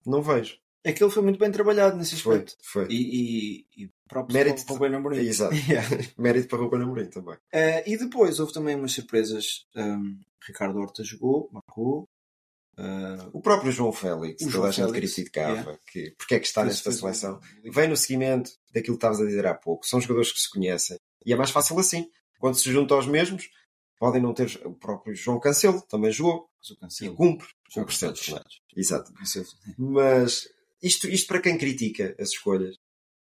Speaker 1: não vejo.
Speaker 10: Aquilo foi muito bem trabalhado nesse
Speaker 1: Foi,
Speaker 10: aspecto.
Speaker 1: foi.
Speaker 10: E, e, e próprio
Speaker 1: Mérito-
Speaker 10: para o Ruben Amorim.
Speaker 1: Exato.
Speaker 10: um Yeah.
Speaker 1: Mérito para Ruben Amorim também.
Speaker 10: Eh, e depois houve também umas surpresas. Um, Ricardo Horta jogou, marcou. Eh,
Speaker 1: O próprio João Félix,
Speaker 10: O
Speaker 1: toda
Speaker 10: João
Speaker 1: a gente
Speaker 10: Félix,
Speaker 1: criticava
Speaker 10: yeah.
Speaker 1: que porque é que está
Speaker 10: Fez-
Speaker 1: nesta
Speaker 10: fez um-
Speaker 1: seleção. Vem no seguimento daquilo que estavas a dizer há pouco. São jogadores que se conhecem. E é mais fácil assim. Quando se junta aos mesmos, podem não ter. O próprio João Cancelo também jogou
Speaker 10: mas o
Speaker 1: e
Speaker 10: Cancelo.
Speaker 1: cumpre.
Speaker 10: joga
Speaker 1: Cumpre
Speaker 10: com
Speaker 1: sempre.
Speaker 10: todos
Speaker 1: não é?
Speaker 10: lados.
Speaker 1: Exato.
Speaker 10: O Cancelo.
Speaker 1: Mas isto, isto para quem critica as escolhas.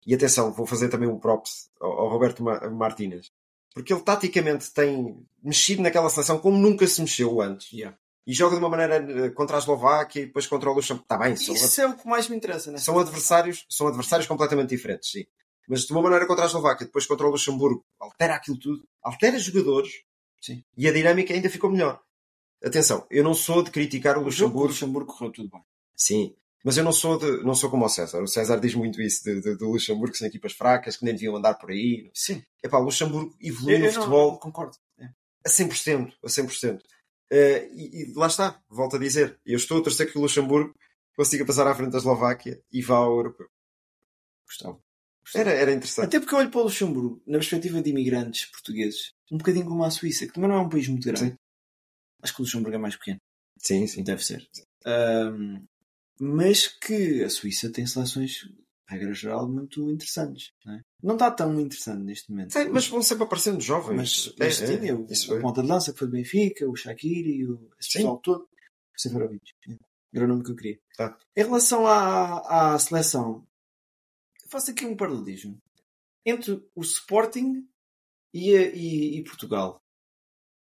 Speaker 1: E atenção, vou fazer também um props ao, ao Roberto Ma Martínez. Porque ele taticamente tem mexido naquela seleção como nunca se mexeu antes.
Speaker 10: Yeah.
Speaker 1: E joga de uma maneira eh, contra a Eslováquia e depois contra o Luxemburgo. Está bem, são,
Speaker 10: Isso é o que mais me interessa, né?
Speaker 1: são adversários, são adversários completamente diferentes, sim. Mas de uma maneira contra a Eslováquia, depois contra o Luxemburgo, altera aquilo tudo, altera jogadores
Speaker 10: Sim.
Speaker 1: e a dinâmica ainda ficou melhor. Atenção, eu não sou de criticar o
Speaker 10: O jogo com o
Speaker 1: Luxemburgo
Speaker 10: Luxemburgo correu tudo bem.
Speaker 1: Sim. Mas eu não sou, de, não sou como o César. O César diz muito isso de- de- do Luxemburgo, que são equipas fracas, que nem deviam andar por aí.
Speaker 10: Sim.
Speaker 1: Epá, o Luxemburgo
Speaker 10: Eu,
Speaker 1: evoluiu no
Speaker 10: eu
Speaker 1: futebol
Speaker 10: não concordo. É.
Speaker 1: a 100%. A 100%. Eh, e, e lá está, volto a dizer. Eu estou a torcer que o Luxemburgo consiga passar à frente da Eslováquia e vá ao europeu.
Speaker 10: Gostava.
Speaker 1: Era, era interessante.
Speaker 10: Até porque eu olho para o Luxemburgo, na perspectiva de imigrantes portugueses, um bocadinho como a Suíça, que também não é um país muito grande. Acho que o Luxemburgo é mais pequeno.
Speaker 1: Sim, sim.
Speaker 10: Deve ser. Ahm, mas que a Suíça tem seleções, regra geral, muito interessantes. Não, é? Não está tão interessante neste momento.
Speaker 1: Sim, mas vão sempre aparecendo jovens.
Speaker 10: mas,
Speaker 1: É,
Speaker 10: mas
Speaker 1: é,
Speaker 10: tinha o,
Speaker 1: isso
Speaker 10: o
Speaker 1: foi.
Speaker 10: ponta de lança que foi do Benfica, o Shaqiri, o, esse
Speaker 1: Sim.
Speaker 10: pessoal todo. O Seferovic. é. Era o nome que eu queria.
Speaker 1: Tá.
Speaker 10: Em relação à, à seleção, eu faço aqui um paralelismo. Entre o Sporting e, a- e- e Portugal.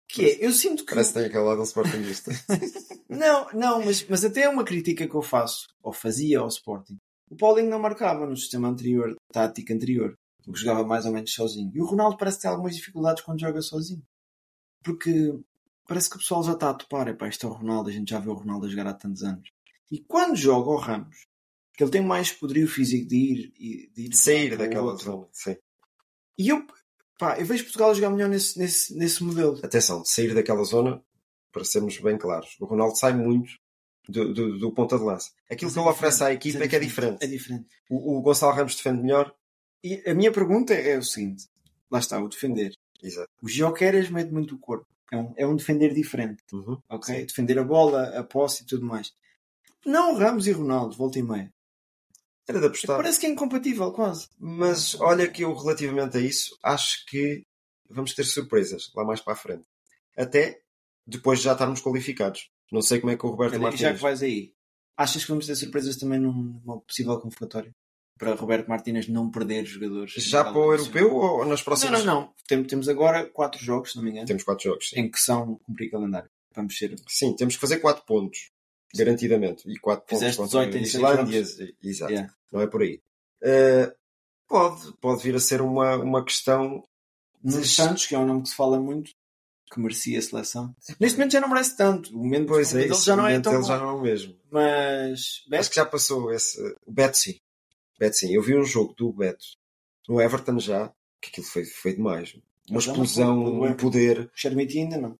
Speaker 10: Que é, eu sinto que...
Speaker 1: Parece que tem aquele lado do Sportingista.
Speaker 10: Não, não, mas, mas até é uma crítica que eu faço, ou fazia ao Sporting. O Paulinho não marcava no sistema anterior, tático anterior, porque jogava mais ou menos sozinho. E o Ronaldo parece que tem algumas dificuldades quando joga sozinho. Porque parece que o pessoal já está a topar, epá, este é o Ronaldo, a gente já viu o Ronaldo a jogar há tantos anos. E quando joga o Ramos, que ele tem mais poderio físico de ir e de ir
Speaker 1: De sair
Speaker 10: para o
Speaker 1: daquela
Speaker 10: outro.
Speaker 1: zona. Sim.
Speaker 10: E eu, pá, eu vejo Portugal jogar melhor nesse, nesse, nesse modelo.
Speaker 1: atenção, de sair daquela zona, para sermos bem claros, o Ronaldo sai muito do, do- do ponta de lança. Aquilo que ele oferece à equipa é que é diferente.
Speaker 10: É diferente.
Speaker 1: O, o Gonçalo Ramos defende melhor.
Speaker 10: E a minha pergunta é o seguinte: lá está, o defender.
Speaker 1: Exato.
Speaker 10: O Gioqueras mete muito o corpo. É um, é um defender diferente, ok? Defender a bola, a posse e tudo mais. Não Ramos e Ronaldo, volta e meia.
Speaker 1: Era de apostar.
Speaker 10: Parece que é incompatível, quase.
Speaker 1: Mas olha que eu, relativamente a isso, acho que vamos ter surpresas lá mais para a frente. Até depois de já estarmos qualificados. Não sei como é que o Roberto
Speaker 10: Olha, e
Speaker 1: Martins.
Speaker 10: já que vais aí, achas que vamos ter surpresas também num- numa possível convocatória? Para Roberto Martínez não perder jogadores.
Speaker 1: Já para o europeu ou nas
Speaker 10: Não,
Speaker 1: próximas?
Speaker 10: não, não. Tem- Temos agora quatro jogos, se não me engano,
Speaker 1: Temos quatro jogos. Sim.
Speaker 10: em que são cumprir calendário. Vamos ser.
Speaker 1: Sim, temos que fazer quatro pontos. Garantidamente. E quatro pontos
Speaker 10: Fizeste
Speaker 1: contra
Speaker 10: 18 em seis
Speaker 1: Islândia. Exato.
Speaker 10: Yeah.
Speaker 1: não é por aí. Uh, pode, pode vir a ser uma, uma questão.
Speaker 10: Nuno Santos, que é um nome que se fala muito, que merecia a seleção. Neste momento já não merece tanto. O momento
Speaker 1: Pois é,
Speaker 10: ele
Speaker 1: isso,
Speaker 10: já não
Speaker 1: o
Speaker 10: é
Speaker 1: momento
Speaker 10: tão
Speaker 1: dele
Speaker 10: bom.
Speaker 1: já não é o mesmo.
Speaker 10: Mas
Speaker 1: Acho
Speaker 10: Beto,
Speaker 1: que já passou esse. O Beto, sim. Beto, sim. Eu vi um jogo do Beto no Everton já, que aquilo foi, foi demais. Uma
Speaker 10: Mas é uma
Speaker 1: explosão,
Speaker 10: culpa do
Speaker 1: um
Speaker 10: Everton.
Speaker 1: poder.
Speaker 10: o Xermiti ainda não.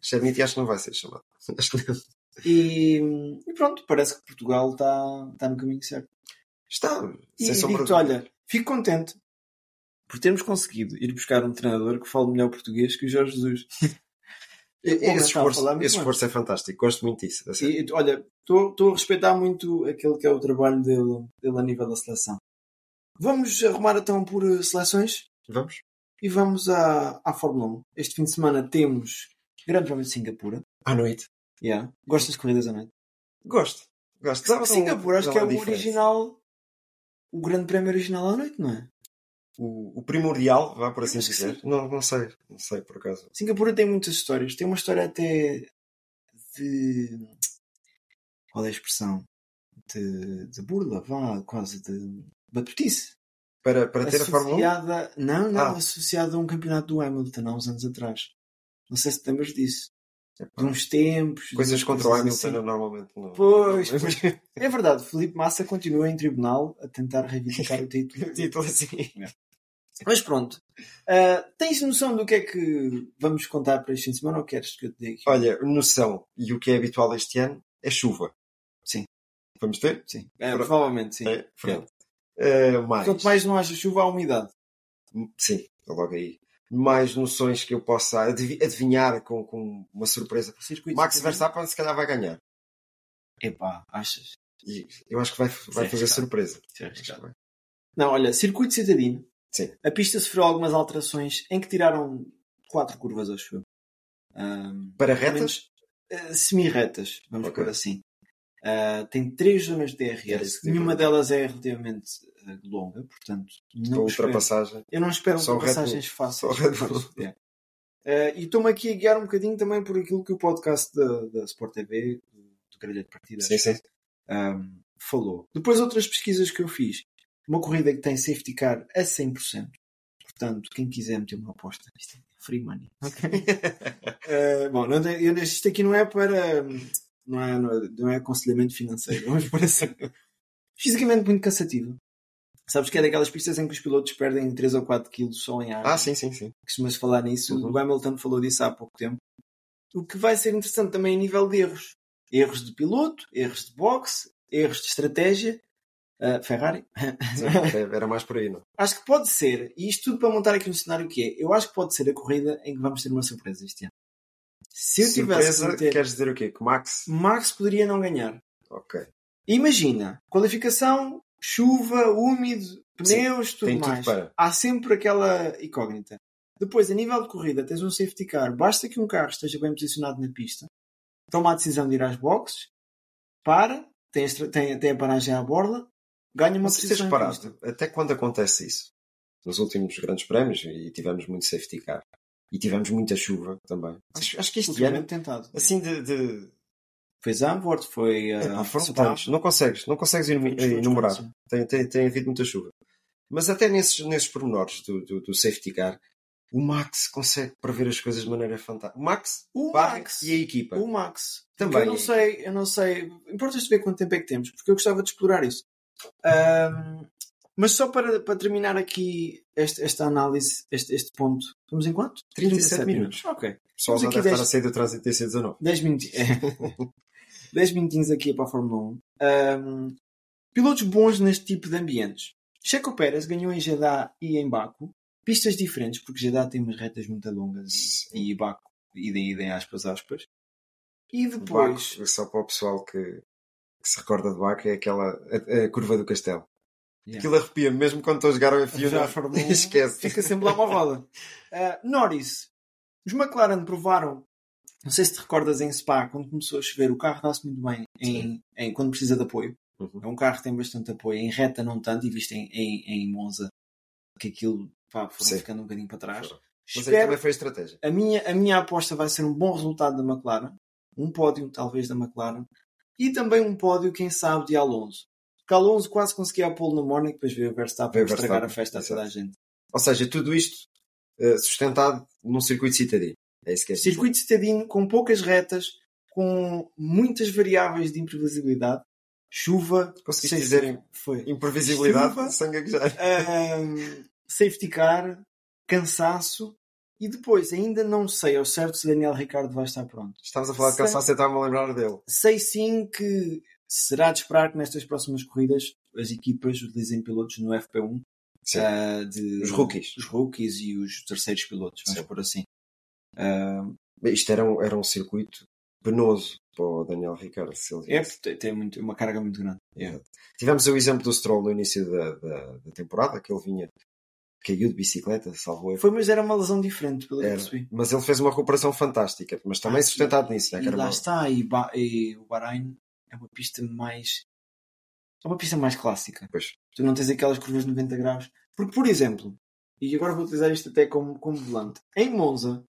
Speaker 1: Xermiti acho que não vai ser chamado. Acho que não.
Speaker 10: E, e pronto, parece que Portugal está tá no caminho certo.
Speaker 1: Está,
Speaker 10: E,
Speaker 1: sem
Speaker 10: e
Speaker 1: sombra
Speaker 10: digo-te,
Speaker 1: de dúvida.
Speaker 10: olha, fico contente por termos conseguido ir buscar um treinador que fale melhor português que o Jorge Jesus. Bom,
Speaker 1: Esse
Speaker 10: está a
Speaker 1: esforço,
Speaker 10: falar muito
Speaker 1: esse
Speaker 10: bem.
Speaker 1: esforço é fantástico. Gosto muito disso. a sério.
Speaker 10: é E, olha, estou a respeitar muito aquele que é o trabalho dele, dele a nível da seleção. Vamos arrumar então por eh, seleções?
Speaker 1: Vamos?
Speaker 10: E vamos à, à Fórmula 1. Este fim de semana temos Grande Prémio de Singapura.
Speaker 1: À noite.
Speaker 10: Yeah. Gostas de corridas à noite?
Speaker 1: Gosto. Gosto. Dava-se um-
Speaker 10: Singapura, acho que é
Speaker 1: dava
Speaker 10: o
Speaker 1: diferença.
Speaker 10: original. O Grande Prémio original à noite, não é?
Speaker 1: o, o primordial, vá por assim dizer. Não, não sei, não sei por acaso.
Speaker 10: Singapura tem muitas histórias. Tem uma história até de. Qual é a expressão? De, de burla, vá, quase de batutice.
Speaker 1: Para, para ter a Fórmula 1?
Speaker 10: associada, não, não,
Speaker 1: Ah.
Speaker 10: associada a um campeonato do Hamilton há uns anos atrás. Não sei se te lembras disso. De uns tempos. de
Speaker 1: É Coisas
Speaker 10: umas
Speaker 1: contra o
Speaker 10: coisas
Speaker 1: Hamilton
Speaker 10: assim.
Speaker 1: normalmente não.
Speaker 10: Pois, pois. É verdade, Felipe Massa continua em tribunal a tentar reivindicar o título.
Speaker 1: Título assim.
Speaker 10: Mas pronto. Ah, tens noção do que é que vamos contar para esta semana ou queres que eu te diga?
Speaker 1: Olha, noção, e o que é habitual este ano é chuva.
Speaker 10: Sim.
Speaker 1: Vamos ter?
Speaker 10: Sim, é,
Speaker 1: Pro-
Speaker 10: provavelmente sim.
Speaker 1: É, pronto. Eh, mais.
Speaker 10: Quanto mais não haja chuva, há umidade.
Speaker 1: Sim, é logo aí. Mais noções que eu possa adivi- adivinhar com, com uma surpresa.
Speaker 10: O circuito
Speaker 1: Max Verstappen se calhar vai ganhar.
Speaker 10: Epá, achas?
Speaker 1: E eu acho que vai, vai
Speaker 10: Sim,
Speaker 1: fazer
Speaker 10: está.
Speaker 1: surpresa.
Speaker 10: Isso é
Speaker 1: Acho que
Speaker 10: arriscado.
Speaker 1: vai.
Speaker 10: Não, olha, circuito citadino.
Speaker 1: Sim.
Speaker 10: A pista sofreu algumas alterações em que tiraram quatro curvas, acho eu. Ahm,
Speaker 1: Para
Speaker 10: pelo
Speaker 1: retas?
Speaker 10: menos, eh, semi-retas, vamos
Speaker 1: Ok.
Speaker 10: pôr assim. Ah, tem três zonas de
Speaker 1: Era
Speaker 10: DRS.
Speaker 1: isso que eu ia
Speaker 10: Nenhuma
Speaker 1: perguntar.
Speaker 10: delas é relativamente eh, longa, portanto,
Speaker 1: Para
Speaker 10: não espero-
Speaker 1: ultrapassagem?
Speaker 10: Eu não espero
Speaker 1: Só o Red
Speaker 10: ultrapassagens
Speaker 1: Só o
Speaker 10: fáceis.
Speaker 1: Red Bull.
Speaker 10: Pois, é. Eh, e estou-me aqui a guiar um bocadinho também por aquilo que o podcast da, da Sport TV, do, do Grelha de Partidas,
Speaker 1: Sim, sim.
Speaker 10: um, falou. Depois outras pesquisas que eu fiz. Uma corrida que tem safety car a 100%. Portanto, quem quiser meter uma aposta, isto é free money. Eh, bom, não tem- eu- isto aqui não é para... Não é, não é, não é aconselhamento financeiro, vamos por assim. Fisicamente muito cansativo. Sabes que é daquelas pistas em que os pilotos perdem 3 ou 4 quilos só em ar
Speaker 1: Ah, sim, sim, sim.
Speaker 10: costumas falar nisso. O Hamilton falou disso há pouco tempo. O que vai ser interessante também a nível de erros. Erros de piloto, erros de boxe, erros de estratégia. Ah, Ferrari.
Speaker 1: Sim, Era mais por aí, não?
Speaker 10: acho que pode ser, e isto tudo para montar aqui um cenário que é, eu acho que pode ser a corrida em que vamos ter uma surpresa este ano. Se eu tivesse
Speaker 1: Surpresa,
Speaker 10: que meter,
Speaker 1: queres dizer o quê? Que é- Max?
Speaker 10: Max poderia não ganhar.
Speaker 1: Ok.
Speaker 10: Imagina, qualificação, chuva, úmido, pneus, tudo
Speaker 1: tem tudo
Speaker 10: mais.
Speaker 1: para.
Speaker 10: Há sempre aquela incógnita. Depois, a nível de corrida, tens um safety car. Basta que um carro esteja bem posicionado na pista. Toma a decisão de ir às boxes, para, tem a, estra- tem, tem a paragem à borda, ganha uma
Speaker 1: Mas é se tens
Speaker 10: posição em pista.
Speaker 1: reparado, até quando acontece isso? Nos últimos grandes prémios, e tivemos muito safety car, e tivemos muita chuva também. Acho, acho que este ano,
Speaker 10: Ultimamente tentado.
Speaker 1: assim de. de...
Speaker 10: Foi Zandvoort, foi...
Speaker 1: É,
Speaker 10: ah,
Speaker 1: pá, foram
Speaker 10: Spa.
Speaker 1: tantos. Não consegues, não consegues enum-
Speaker 10: Vamos- vamos
Speaker 1: enumerar.
Speaker 10: começar.
Speaker 1: Tem, tem, tem havido muita chuva. Mas até nesses, nesses pormenores do, do, do safety car, o Max consegue prever as coisas de maneira fantástica. O Max,
Speaker 10: O
Speaker 1: Barra
Speaker 10: Max.
Speaker 1: e a equipa.
Speaker 10: O Max.
Speaker 1: Também.
Speaker 10: Porque Eu não sei, eu não sei. Importa-te ver quanto tempo é que temos, porque eu gostava de explorar isso. Ahm, mas só para, para terminar aqui este- esta análise, este, este ponto. Estamos em quanto?
Speaker 1: 37 minutos.
Speaker 10: Ok.
Speaker 1: O pessoal
Speaker 10: Temos
Speaker 1: já
Speaker 10: aqui
Speaker 1: deve estar a
Speaker 10: dez-
Speaker 1: sair do trânsito e 19.
Speaker 10: 10 minutinhos. 10 minutinhos aqui para a Fórmula 1. Ahm, pilotos bons neste tipo de ambientes. Checo Pérez ganhou em Jeddah e em Baku. Pistas diferentes, porque Jeddah tem umas retas muito longas e, e Baku, idem, idem, aspas, aspas. E depois...
Speaker 1: Baco, é só para o pessoal que, que se recorda de Baco, é aquela a, a curva do castelo.
Speaker 10: Yeah.
Speaker 1: Aquilo arrepia mesmo quando estou a jogar o F1.
Speaker 10: Já
Speaker 1: não-
Speaker 10: formou. um.
Speaker 1: nem esquece.
Speaker 10: Fica sempre lá uma roda. Ah, Norris. Os McLaren provaram, não sei se te recordas em Spa, quando começou a chover, o carro dá-se muito bem em, em- quando precisa de apoio.
Speaker 1: Uhum.
Speaker 10: É um carro que tem bastante apoio. Em reta não tanto, e visto em, em, em Monza, que aquilo pá, foram
Speaker 1: Sim.
Speaker 10: ficando um bocadinho para trás.
Speaker 1: Foram. Mas aí
Speaker 10: Espero,
Speaker 1: também foi estratégia.
Speaker 10: a, minha, a minha aposta vai ser um bom resultado da McLaren. Um pódio, talvez, da McLaren. E também um pódio, quem sabe, de Alonso. Porque Alonso quase conseguia a pole na Mónaco, depois veio o Verstappen
Speaker 1: Veio o
Speaker 10: estragar a
Speaker 1: Verstappen,
Speaker 10: festa a toda a gente.
Speaker 1: Ou seja, tudo isto eh, sustentado num circuito citadino. É isso que é.
Speaker 10: Circuito citadino com poucas retas, com muitas variáveis de imprevisibilidade. Chuva,
Speaker 1: Conseguiste
Speaker 10: safety-
Speaker 1: dizer
Speaker 10: foi.
Speaker 1: Imprevisibilidade,
Speaker 10: Chuva.
Speaker 1: sangue a guejar.
Speaker 10: Ahm, safety car, cansaço e depois ainda não sei ao certo se Daniel Ricardo vai estar pronto.
Speaker 1: Estamos a falar de cansaço e estava-me a lembrar dele.
Speaker 10: Sei sim que será de esperar que nestas próximas corridas as equipas utilizem pilotos no FP1
Speaker 1: Sim.
Speaker 10: ah, de-
Speaker 1: Os rookies.
Speaker 10: os rookies e os terceiros pilotos, vamos
Speaker 1: Sim.
Speaker 10: por assim. Ah,
Speaker 1: Bem, Isto era um, era um circuito penoso para o Daniel Ricardo. se ele-
Speaker 10: é, porque tem muito, uma carga muito grande. É.
Speaker 1: Tivemos o exemplo do Stroll no início da, da, da temporada, que ele vinha, caiu de bicicleta, salvou
Speaker 10: Foi, mas era uma lesão diferente, pelo que eu
Speaker 1: Era.
Speaker 10: percebi.
Speaker 1: Mas ele fez uma recuperação fantástica, mas também
Speaker 10: Ah,
Speaker 1: sustentado nisso, né? que
Speaker 10: E
Speaker 1: era
Speaker 10: lá
Speaker 1: uma-
Speaker 10: está, e, Ba- e o Bahrein é uma pista mais. É uma pista mais clássica.
Speaker 1: Pois.
Speaker 10: Tu não tens aquelas curvas de 90 graus. Porque, por exemplo, e agora vou utilizar isto até como, como volante. Em Monza,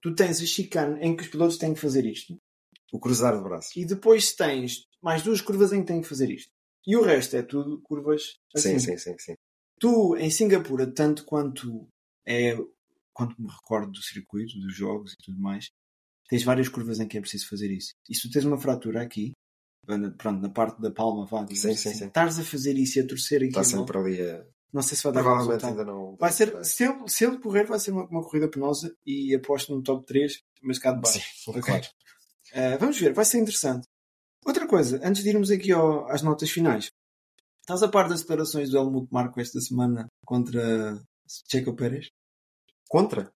Speaker 10: tu tens a chicane em que os pilotos têm que fazer isto,
Speaker 1: O cruzar de braços.
Speaker 10: e depois tens mais duas curvas em que têm que fazer isto. E o resto é tudo curvas assim.
Speaker 1: Sim, sim, sim, sim.
Speaker 10: Tu, em Singapura, tanto quanto é quanto me recordo do circuito, dos jogos e tudo mais, tens várias curvas em que é preciso fazer isso. E se tu tens uma fratura aqui, na- pronto, na parte da palma, vá, digamos
Speaker 1: Sim, sim,
Speaker 10: assim,
Speaker 1: sim.
Speaker 10: estás a fazer isso e a torcer aqui,
Speaker 1: Está sempre ali a.
Speaker 10: não sei se vai dar bom
Speaker 1: Provavelmente
Speaker 10: resultado.
Speaker 1: ainda não.
Speaker 10: Vai ser, se ele, se ele correr, vai ser uma, uma corrida penosa e aposto num top 3, mas cá de baixo.
Speaker 1: Ok.
Speaker 10: Claro. Uh, vamos ver, vai ser interessante. Outra coisa, antes de irmos aqui ao- às notas finais, estás a par das declarações do Helmut Marco esta semana contra Checo Pérez?
Speaker 1: Contra?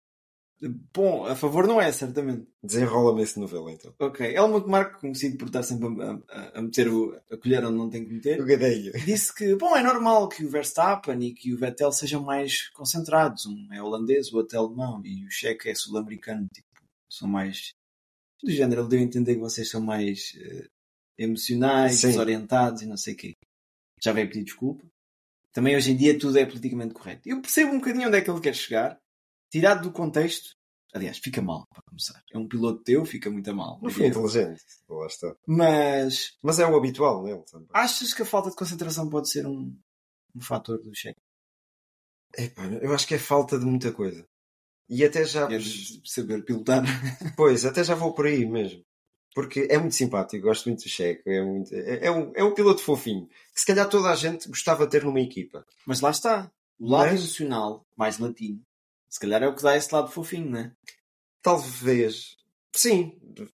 Speaker 10: Bom, a favor não é, certamente.
Speaker 1: Desenrola-me esse novelo então.
Speaker 10: Ok, Helmut Marco, conhecido por estar sempre a, a- a meter o- a colher onde não tem que meter,
Speaker 1: O gadelho.
Speaker 10: disse que, bom, é normal que o Verstappen e que o Vettel sejam mais concentrados. Um é holandês, o outro é alemão e o checo é sul-americano. Tipo, são mais. Do género, ele deu a entender que vocês são mais eh, emocionais,
Speaker 1: Sim.
Speaker 10: desorientados e não sei o quê. Já veio pedir desculpa. Também hoje em dia tudo é politicamente correto. Eu percebo um bocadinho onde é que ele quer chegar. Tirado do contexto, aliás, fica mal para começar. É um piloto teu, fica muito a mal.
Speaker 1: Não foi
Speaker 10: diria eu.
Speaker 1: é inteligente. Lá está.
Speaker 10: Mas
Speaker 1: Mas é o habitual nele também.
Speaker 10: Achas que a falta de concentração pode ser um, um fator do cheque?
Speaker 1: Epá, eu acho que é falta de muita coisa. E até já.
Speaker 10: Queres saber pilotar?
Speaker 1: Pois, até já vou por aí mesmo. Porque é muito simpático, gosto muito do Checo. É, muito, é, é um, é um piloto fofinho. Que se calhar toda a gente gostava de ter numa equipa.
Speaker 10: Mas lá está. O lado
Speaker 1: Mas-
Speaker 10: emocional, mais latino, se calhar é o que dá esse lado fofinho, né?
Speaker 1: Talvez. Sim,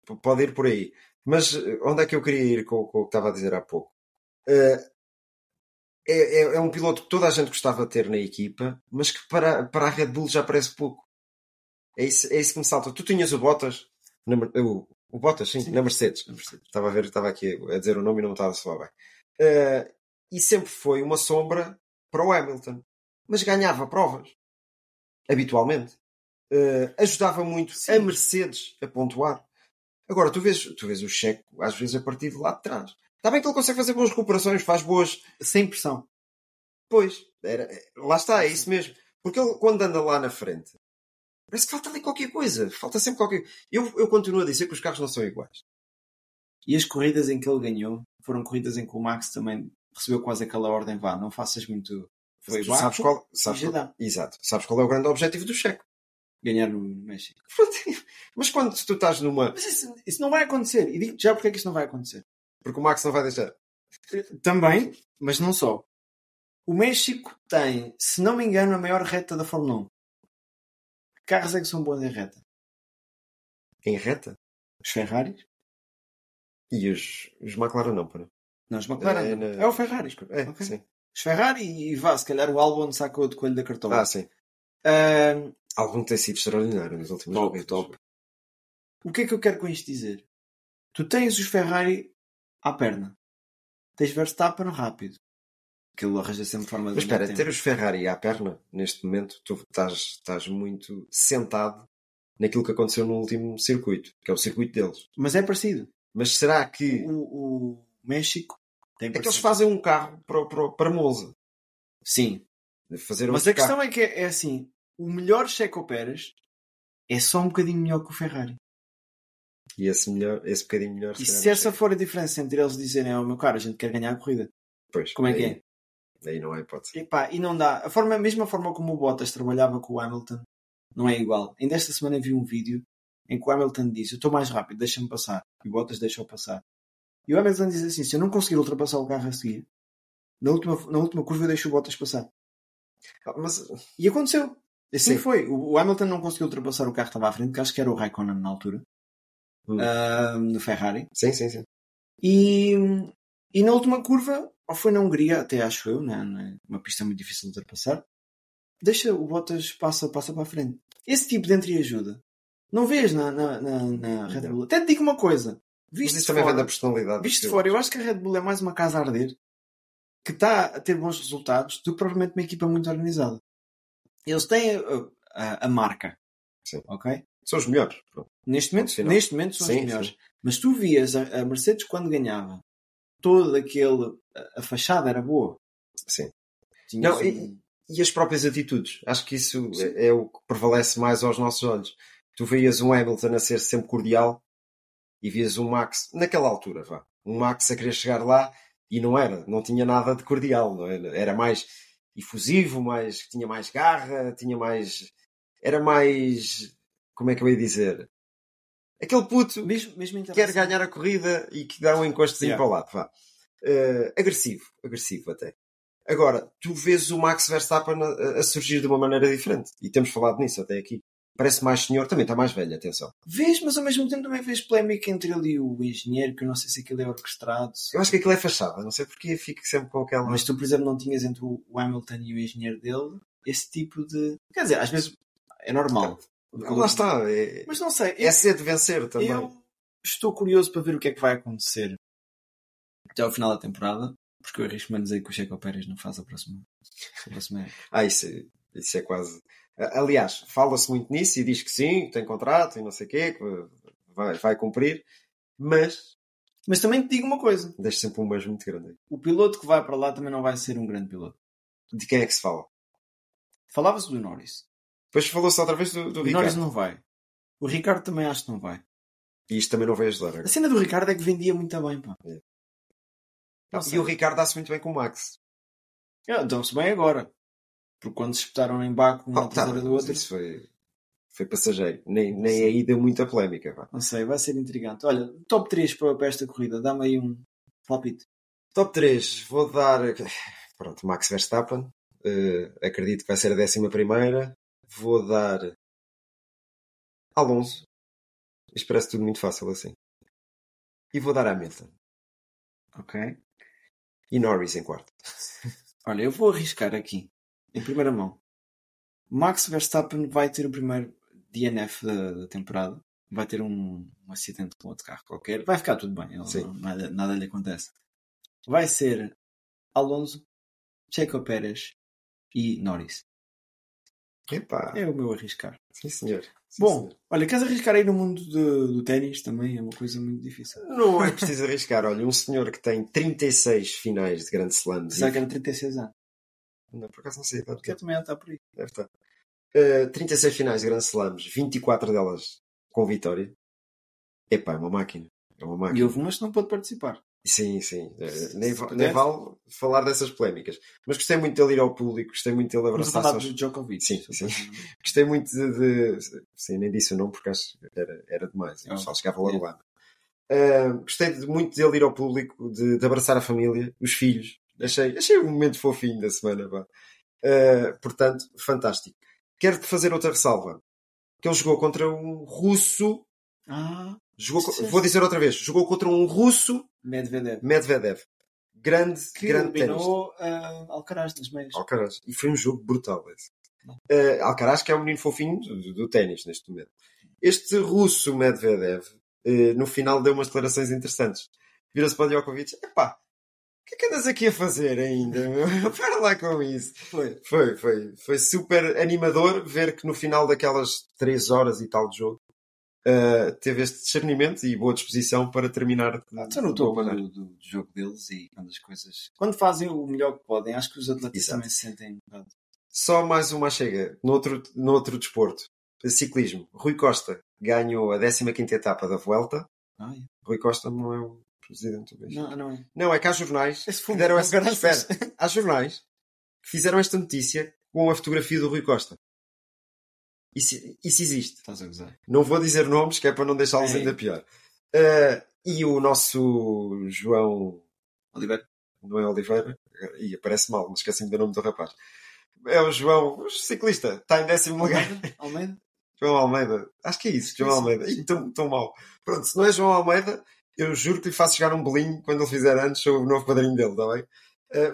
Speaker 1: p- pode ir por aí. Mas eh, onde é que eu queria ir com, com o que estava a dizer há pouco? Eh, é, é- é um piloto que toda a gente gostava de ter na equipa, mas que para, para a Red Bull já parece pouco. É isso, é isso que me salta. Tu tinhas o Bottas, na Mer- o, o Bottas, sim, na Mercedes. Estava a ver, estava aqui a dizer o nome e não me estava a soar bem. Eh, e sempre foi uma sombra para o Hamilton, mas ganhava provas, habitualmente. Eh, ajudava muito a Mercedes a pontuar. Agora, tu vês, tu vês o Checo, às vezes, a partir de lá de trás. Está bem que ele consegue fazer boas recuperações, faz boas.
Speaker 10: Sem pressão.
Speaker 1: Pois, era- lá está, é isso mesmo. Porque ele, quando anda lá na frente, parece que falta ali qualquer coisa. Falta sempre qualquer Eu, eu continuo a dizer que os carros não são iguais.
Speaker 10: E as corridas em que ele ganhou foram corridas em que o Max também recebeu quase aquela ordem: vá, não faças muito. Foi
Speaker 1: Tu
Speaker 10: Baku,
Speaker 1: sabes qual, sabes
Speaker 10: já
Speaker 1: qual-
Speaker 10: dá.
Speaker 1: exato, sabes qual é o grande objetivo do Checo.
Speaker 10: ganhar no no México.
Speaker 1: Mas quando tu estás numa.
Speaker 10: Mas isso, isso não vai acontecer. E digo-te já porque é que isso não vai acontecer.
Speaker 1: Porque o Max não vai deixar.
Speaker 10: Também, mas não só. O México tem, se não me engano, a maior reta da Fórmula 1. Que carros é que são bons em reta?
Speaker 1: Em reta.
Speaker 10: Os Ferraris?
Speaker 1: E os, os McLaren não, para.
Speaker 10: Não, os McLaren.
Speaker 1: É,
Speaker 10: não.
Speaker 1: não.
Speaker 10: É o Ferraris.
Speaker 1: É,
Speaker 10: Ok.
Speaker 1: sim.
Speaker 10: Os Ferrari e vá, se calhar o Albon sacou de coelho da cartola.
Speaker 1: Ah, sim.
Speaker 10: Ahm,
Speaker 1: Algum tem sido extraordinário nos últimos
Speaker 10: Top,
Speaker 1: corridas.
Speaker 10: top. o que é que eu quero com isto dizer? Tu tens os Ferrari à perna. Tens Verstappen rápido. Que ele arranja sempre forma de
Speaker 1: Mas
Speaker 10: ganhar
Speaker 1: espera,
Speaker 10: tempo.
Speaker 1: ter os Ferrari à perna, neste momento, tu estás, estás muito sentado naquilo que aconteceu no último circuito, que é o circuito deles.
Speaker 10: Mas é parecido.
Speaker 1: Mas será que.
Speaker 10: O, o México tem
Speaker 1: É que eles
Speaker 10: parecido.
Speaker 1: fazem um carro para, para, para Monza.
Speaker 10: Sim,
Speaker 1: Fazer
Speaker 10: Mas
Speaker 1: outro
Speaker 10: a questão
Speaker 1: um carro.
Speaker 10: é que é, é assim: o melhor Checo Pérez é só um bocadinho melhor que o Ferrari.
Speaker 1: E esse, melhor, esse bocadinho melhor.
Speaker 10: E
Speaker 1: será
Speaker 10: se
Speaker 1: não
Speaker 10: essa
Speaker 1: sei.
Speaker 10: for a diferença entre eles dizerem ao meu cara, a gente quer ganhar a corrida,
Speaker 1: Pois,
Speaker 10: como é que
Speaker 1: aí, é? Aí não há hipótese.
Speaker 10: é? Epá, e não dá. A, forma, a mesma forma como o Bottas trabalhava com o Hamilton não é igual. Ainda esta semana vi um vídeo em que o Hamilton diz: Eu estou mais rápido, deixa-me passar. E o Bottas deixa-o passar. E o Hamilton diz assim: Se eu não conseguir ultrapassar o carro a seguir, na última, na última curva eu deixo o Bottas passar.
Speaker 1: Ah, Mas
Speaker 10: E aconteceu. Assim
Speaker 1: Sim.
Speaker 10: foi. O o Hamilton não conseguiu ultrapassar o carro que estava à frente, que acho que era o Raikkonen na altura,
Speaker 1: Hum.
Speaker 10: ahm, no Ferrari.
Speaker 1: Sim, sim, sim.
Speaker 10: E, e na última curva, ou foi na Hungria, até acho eu, né, né, uma pista muito difícil de ultrapassar, deixa o Bottas passa, passa para a frente. Esse tipo de entreajuda não vês na, na, na, na Red Bull. Até te digo uma coisa.
Speaker 1: Mas
Speaker 10: Visto
Speaker 1: isso também vem da
Speaker 10: fora,
Speaker 1: personalidade.
Speaker 10: visto
Speaker 1: do-
Speaker 10: fora, eu acho que a Red Bull é mais uma casa a arder que está a ter bons resultados do que provavelmente uma equipa muito organizada. Eles têm a, a- a marca,
Speaker 1: Sim.
Speaker 10: ok?
Speaker 1: São os melhores. Pronto.
Speaker 10: Neste
Speaker 1: Ponto
Speaker 10: momento,
Speaker 1: final.
Speaker 10: neste momento são os
Speaker 1: Sim,
Speaker 10: melhores.
Speaker 1: sim.
Speaker 10: Mas tu vias a, a Mercedes quando ganhava, todo aquele. A, a fachada era boa.
Speaker 1: Sim.
Speaker 10: Tinhas
Speaker 1: Não,
Speaker 10: um-
Speaker 1: e- e as próprias atitudes. Acho que isso é, é o que prevalece mais aos nossos olhos. Tu veias um Hamilton a ser sempre cordial e vias um Max, naquela altura, vá, um Max a querer chegar lá e não era, não tinha nada de cordial, não é? era, era mais efusivo, mais, tinha mais garra, tinha mais. Era mais. Como é que eu ia dizer? Aquele puto
Speaker 10: Mesmo, mesmo em
Speaker 1: que quer
Speaker 10: relação-
Speaker 1: ganhar a corrida e que dá um encostozinho
Speaker 10: Yeah.
Speaker 1: para o lado, vá. Eh, agressivo, agressivo até. Agora, tu vês o Max Verstappen a, a surgir de uma maneira diferente. E temos falado nisso até aqui. Parece mais senhor, também está mais velho, atenção.
Speaker 10: Vês, mas ao mesmo tempo também vês polémica entre ele e o engenheiro, que eu não sei se aquilo é orquestrado. se-
Speaker 1: Eu acho que aquilo é fachada, não sei porque fico sempre com aquela.
Speaker 10: Mas tu, por exemplo, não tinhas entre o o Hamilton e o engenheiro dele esse tipo de. Quer dizer, às vezes é normal.
Speaker 1: Ah, Lá está, é,
Speaker 10: Mas não sei. eu-
Speaker 1: é cedo vencer também.
Speaker 10: Eu estou curioso para ver o que é que vai acontecer até ao final da temporada, porque eu arrisco-me a dizer que o Checo Pérez não faz a próxima. A próxima época.
Speaker 1: Ah, isso, é- isso é quase. A- Aliás, fala-se muito nisso e diz que sim, que tem contrato e não sei o quê, que vai, vai cumprir, mas
Speaker 10: Mas também te digo uma coisa:
Speaker 1: deixa sempre um beijo muito grande.
Speaker 10: o piloto que vai para lá também não vai ser um grande piloto.
Speaker 1: De quem é que se fala?
Speaker 10: Falava-se do Norris.
Speaker 1: Depois falou-se outra vez do, do
Speaker 10: O Norris
Speaker 1: Ricardo.
Speaker 10: não vai. O Ricardo também acho que não vai.
Speaker 1: E isto também não vai ajudar. agora.
Speaker 10: A cena do Ricardo é que vendia muito bem, pá.
Speaker 1: É.
Speaker 10: Não
Speaker 1: e
Speaker 10: sei.
Speaker 1: o Ricardo dá-se muito bem com o Max.
Speaker 10: Ah, Dão-se bem agora. Porque quando se espetaram em Baco, um
Speaker 1: Ah,
Speaker 10: na
Speaker 1: tá,
Speaker 10: traseira do
Speaker 1: mas
Speaker 10: outro,
Speaker 1: Isso foi, foi passageiro. Nem, nem aí deu muita polémica. vá.
Speaker 10: não sei, vai ser intrigante. Olha, top 3 para para esta corrida, dá-me aí um palpite.
Speaker 1: Top 3, vou dar. Pronto, Max Verstappen. Eh, acredito que vai ser a décima primeira. Vou dar. Alonso. Isto parece tudo muito fácil assim. E vou dar Hamilton.
Speaker 10: Ok.
Speaker 1: E Norris em quarto.
Speaker 10: Olha, eu vou arriscar aqui, em primeira mão. Max Verstappen vai ter o primeiro DNF da, da temporada. Vai ter um, um acidente com outro carro qualquer. Vai ficar tudo bem, ele-
Speaker 1: Sim.
Speaker 10: nada, nada lhe acontece. Vai ser Alonso, Checo Pérez e Norris.
Speaker 1: Epá,
Speaker 10: É o meu arriscar.
Speaker 1: sim senhor. Ah. Sim,
Speaker 10: Bom,
Speaker 1: senhor.
Speaker 10: olha, queres arriscar aí no mundo de- do ténis também? É uma coisa muito difícil.
Speaker 1: Não é preciso arriscar. Olha, um senhor que tem 36 finais de Grand Slams.
Speaker 10: Será é que é- era 36 anos?
Speaker 1: Não, por acaso não sei. Deve
Speaker 10: Porque eu também está por aí.
Speaker 1: é, deve estar. Eh, 36 finais de Grand Slams, 24 delas com vitória. Epá, é uma máquina. É uma máquina.
Speaker 10: E houve umas que não pôde participar.
Speaker 1: Sim, sim. Eh,
Speaker 10: Se-
Speaker 1: Nem,
Speaker 10: se
Speaker 1: va-
Speaker 10: pudesse.
Speaker 1: nem vale falar dessas polémicas. Mas gostei muito dele ir ao público, gostei muito dele
Speaker 10: Vamos
Speaker 1: abraçar
Speaker 10: falar do
Speaker 1: aos...
Speaker 10: Djokovic.
Speaker 1: Sim,
Speaker 10: Só
Speaker 1: sim.
Speaker 10: para-
Speaker 1: Gostei muito de, de- Sim, nem disse o nome porque acho que era, era demais. O
Speaker 10: Ah,
Speaker 1: pessoal chegava logo
Speaker 10: é.
Speaker 1: lá. Ah, gostei de- muito dele ir ao público, de, de abraçar a família, os filhos. Achei, achei um momento fofinho da semana. pá. Ah, portanto, fantástico. Quero-te fazer outra ressalva. Que ele jogou contra um russo.
Speaker 10: Ah,
Speaker 1: Jogou, co-
Speaker 10: Sim.
Speaker 1: vou dizer outra vez. Jogou contra um russo
Speaker 10: Medvedev.
Speaker 1: Medvedev. Grande,
Speaker 10: Que
Speaker 1: grande tenista.
Speaker 10: eliminou ah, Alcaraz nas meias.
Speaker 1: Alcaraz. E foi um jogo brutal esse. Eh, Alcaraz, que é um menino fofinho do, do ténis neste momento. Este russo Medvedev, eh, no final, deu umas declarações interessantes. Vira-se para o Djokovic: epá, o que é que andas aqui a fazer ainda? meu? Para lá com isso.
Speaker 10: Foi.
Speaker 1: Foi, foi, foi super animador ver que no final daquelas 3 horas e tal de jogo eh, teve este discernimento e boa disposição para terminar. de-
Speaker 10: Estou no
Speaker 1: de boa
Speaker 10: topo é?
Speaker 1: maneira.
Speaker 10: do, do jogo deles e quando as coisas. Quando fazem o melhor que podem, acho que os atletas
Speaker 1: Exato.
Speaker 10: também se sentem. um
Speaker 1: Só mais uma chega, noutro, noutro desporto. Ciclismo. Rui Costa ganhou a 15ª etapa da Vuelta.
Speaker 10: Ah, é.
Speaker 1: Rui Costa não é o presidente do México.
Speaker 10: Não, não é.
Speaker 1: Não, é que há jornais
Speaker 10: Esse
Speaker 1: que
Speaker 10: fumo,
Speaker 1: deram
Speaker 10: não
Speaker 1: essa...
Speaker 10: garantes.
Speaker 1: Espera, há jornais que fizeram esta notícia com a fotografia do Rui Costa. Isso, isso existe.
Speaker 10: Estás a gozar.
Speaker 1: Não vou dizer nomes, que é para não deixá-los
Speaker 10: É.
Speaker 1: ainda pior. Ah, e o nosso João
Speaker 10: Oliveira.
Speaker 1: não é Oliveira, e aparece mal, mas esqueci-me do nome do rapaz. É o João, o ciclista, está em décimo lugar.
Speaker 10: Almeida? Almeida?
Speaker 1: João Almeida, acho que é isso, João
Speaker 10: Sim,
Speaker 1: Almeida.
Speaker 10: sim.
Speaker 1: Ih, tão, tão mal. Pronto, se não é João Almeida, eu juro que lhe faço chegar um bolinho quando ele fizer anos, sou o novo padrinho dele, está bem? Uh,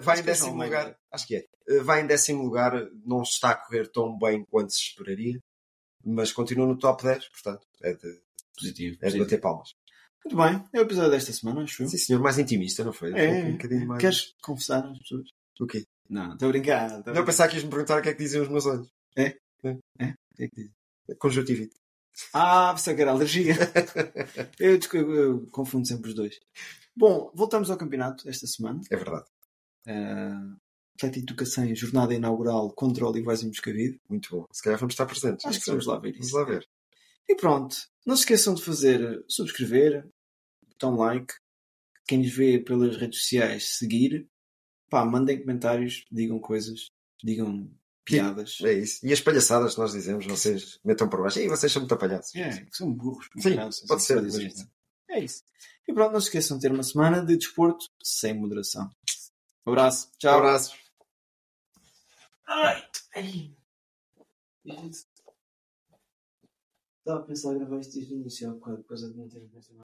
Speaker 10: Acho que é
Speaker 1: vai em
Speaker 10: João
Speaker 1: décimo
Speaker 10: Almeida.
Speaker 1: lugar, acho que é. Uh, vai em décimo lugar, não está a correr tão bem quanto se esperaria, mas continua no top 10, portanto, é de,
Speaker 10: Positivo.
Speaker 1: é de
Speaker 10: positivo.
Speaker 1: bater palmas.
Speaker 10: Muito bem. É o episódio desta semana, acho eu.
Speaker 1: Sim, senhor, mais intimista, não foi?
Speaker 10: É,
Speaker 1: Foi um bocadinho mais.
Speaker 10: Queres confessar às pessoas?
Speaker 1: O quê?
Speaker 10: Não, estou a brincar. tô a
Speaker 1: Não, eu
Speaker 10: brincar.
Speaker 1: pensava que ias me perguntar o que é que dizem os meus olhos.
Speaker 10: O que é que diz?
Speaker 1: Conjuntivite.
Speaker 10: Ah, pensava que era alergia. eu, descu- eu confundo sempre os dois. Bom, voltamos ao campeonato esta semana.
Speaker 1: É verdade.
Speaker 10: Ah, Atlético do Cacém, jornada inaugural contra o Olivais e Moscavide.
Speaker 1: Muito bom. Se calhar vamos estar presentes.
Speaker 10: Acho que vamos lá ver
Speaker 1: Vamos
Speaker 10: isso.
Speaker 1: lá ver.
Speaker 10: E pronto, não se esqueçam de fazer subscrever, botão like, quem nos vê pelas redes sociais seguir, pá, mandem comentários, digam coisas, digam piadas.
Speaker 1: É isso. E as palhaçadas que nós dizemos, vocês metam por baixo. E vocês são muito palhaços.
Speaker 10: É, que são burros.
Speaker 1: Sim,
Speaker 10: crianças,
Speaker 1: pode
Speaker 10: é
Speaker 1: ser,
Speaker 10: só dizer
Speaker 1: mas-
Speaker 10: isso. É isso. E pronto, não se esqueçam de ter uma semana de desporto sem moderação. Abraço. Tchau.
Speaker 1: Abraços.
Speaker 10: Estava a pensar em gravar isto desde o início, há bocado, coisa de não ter pensado.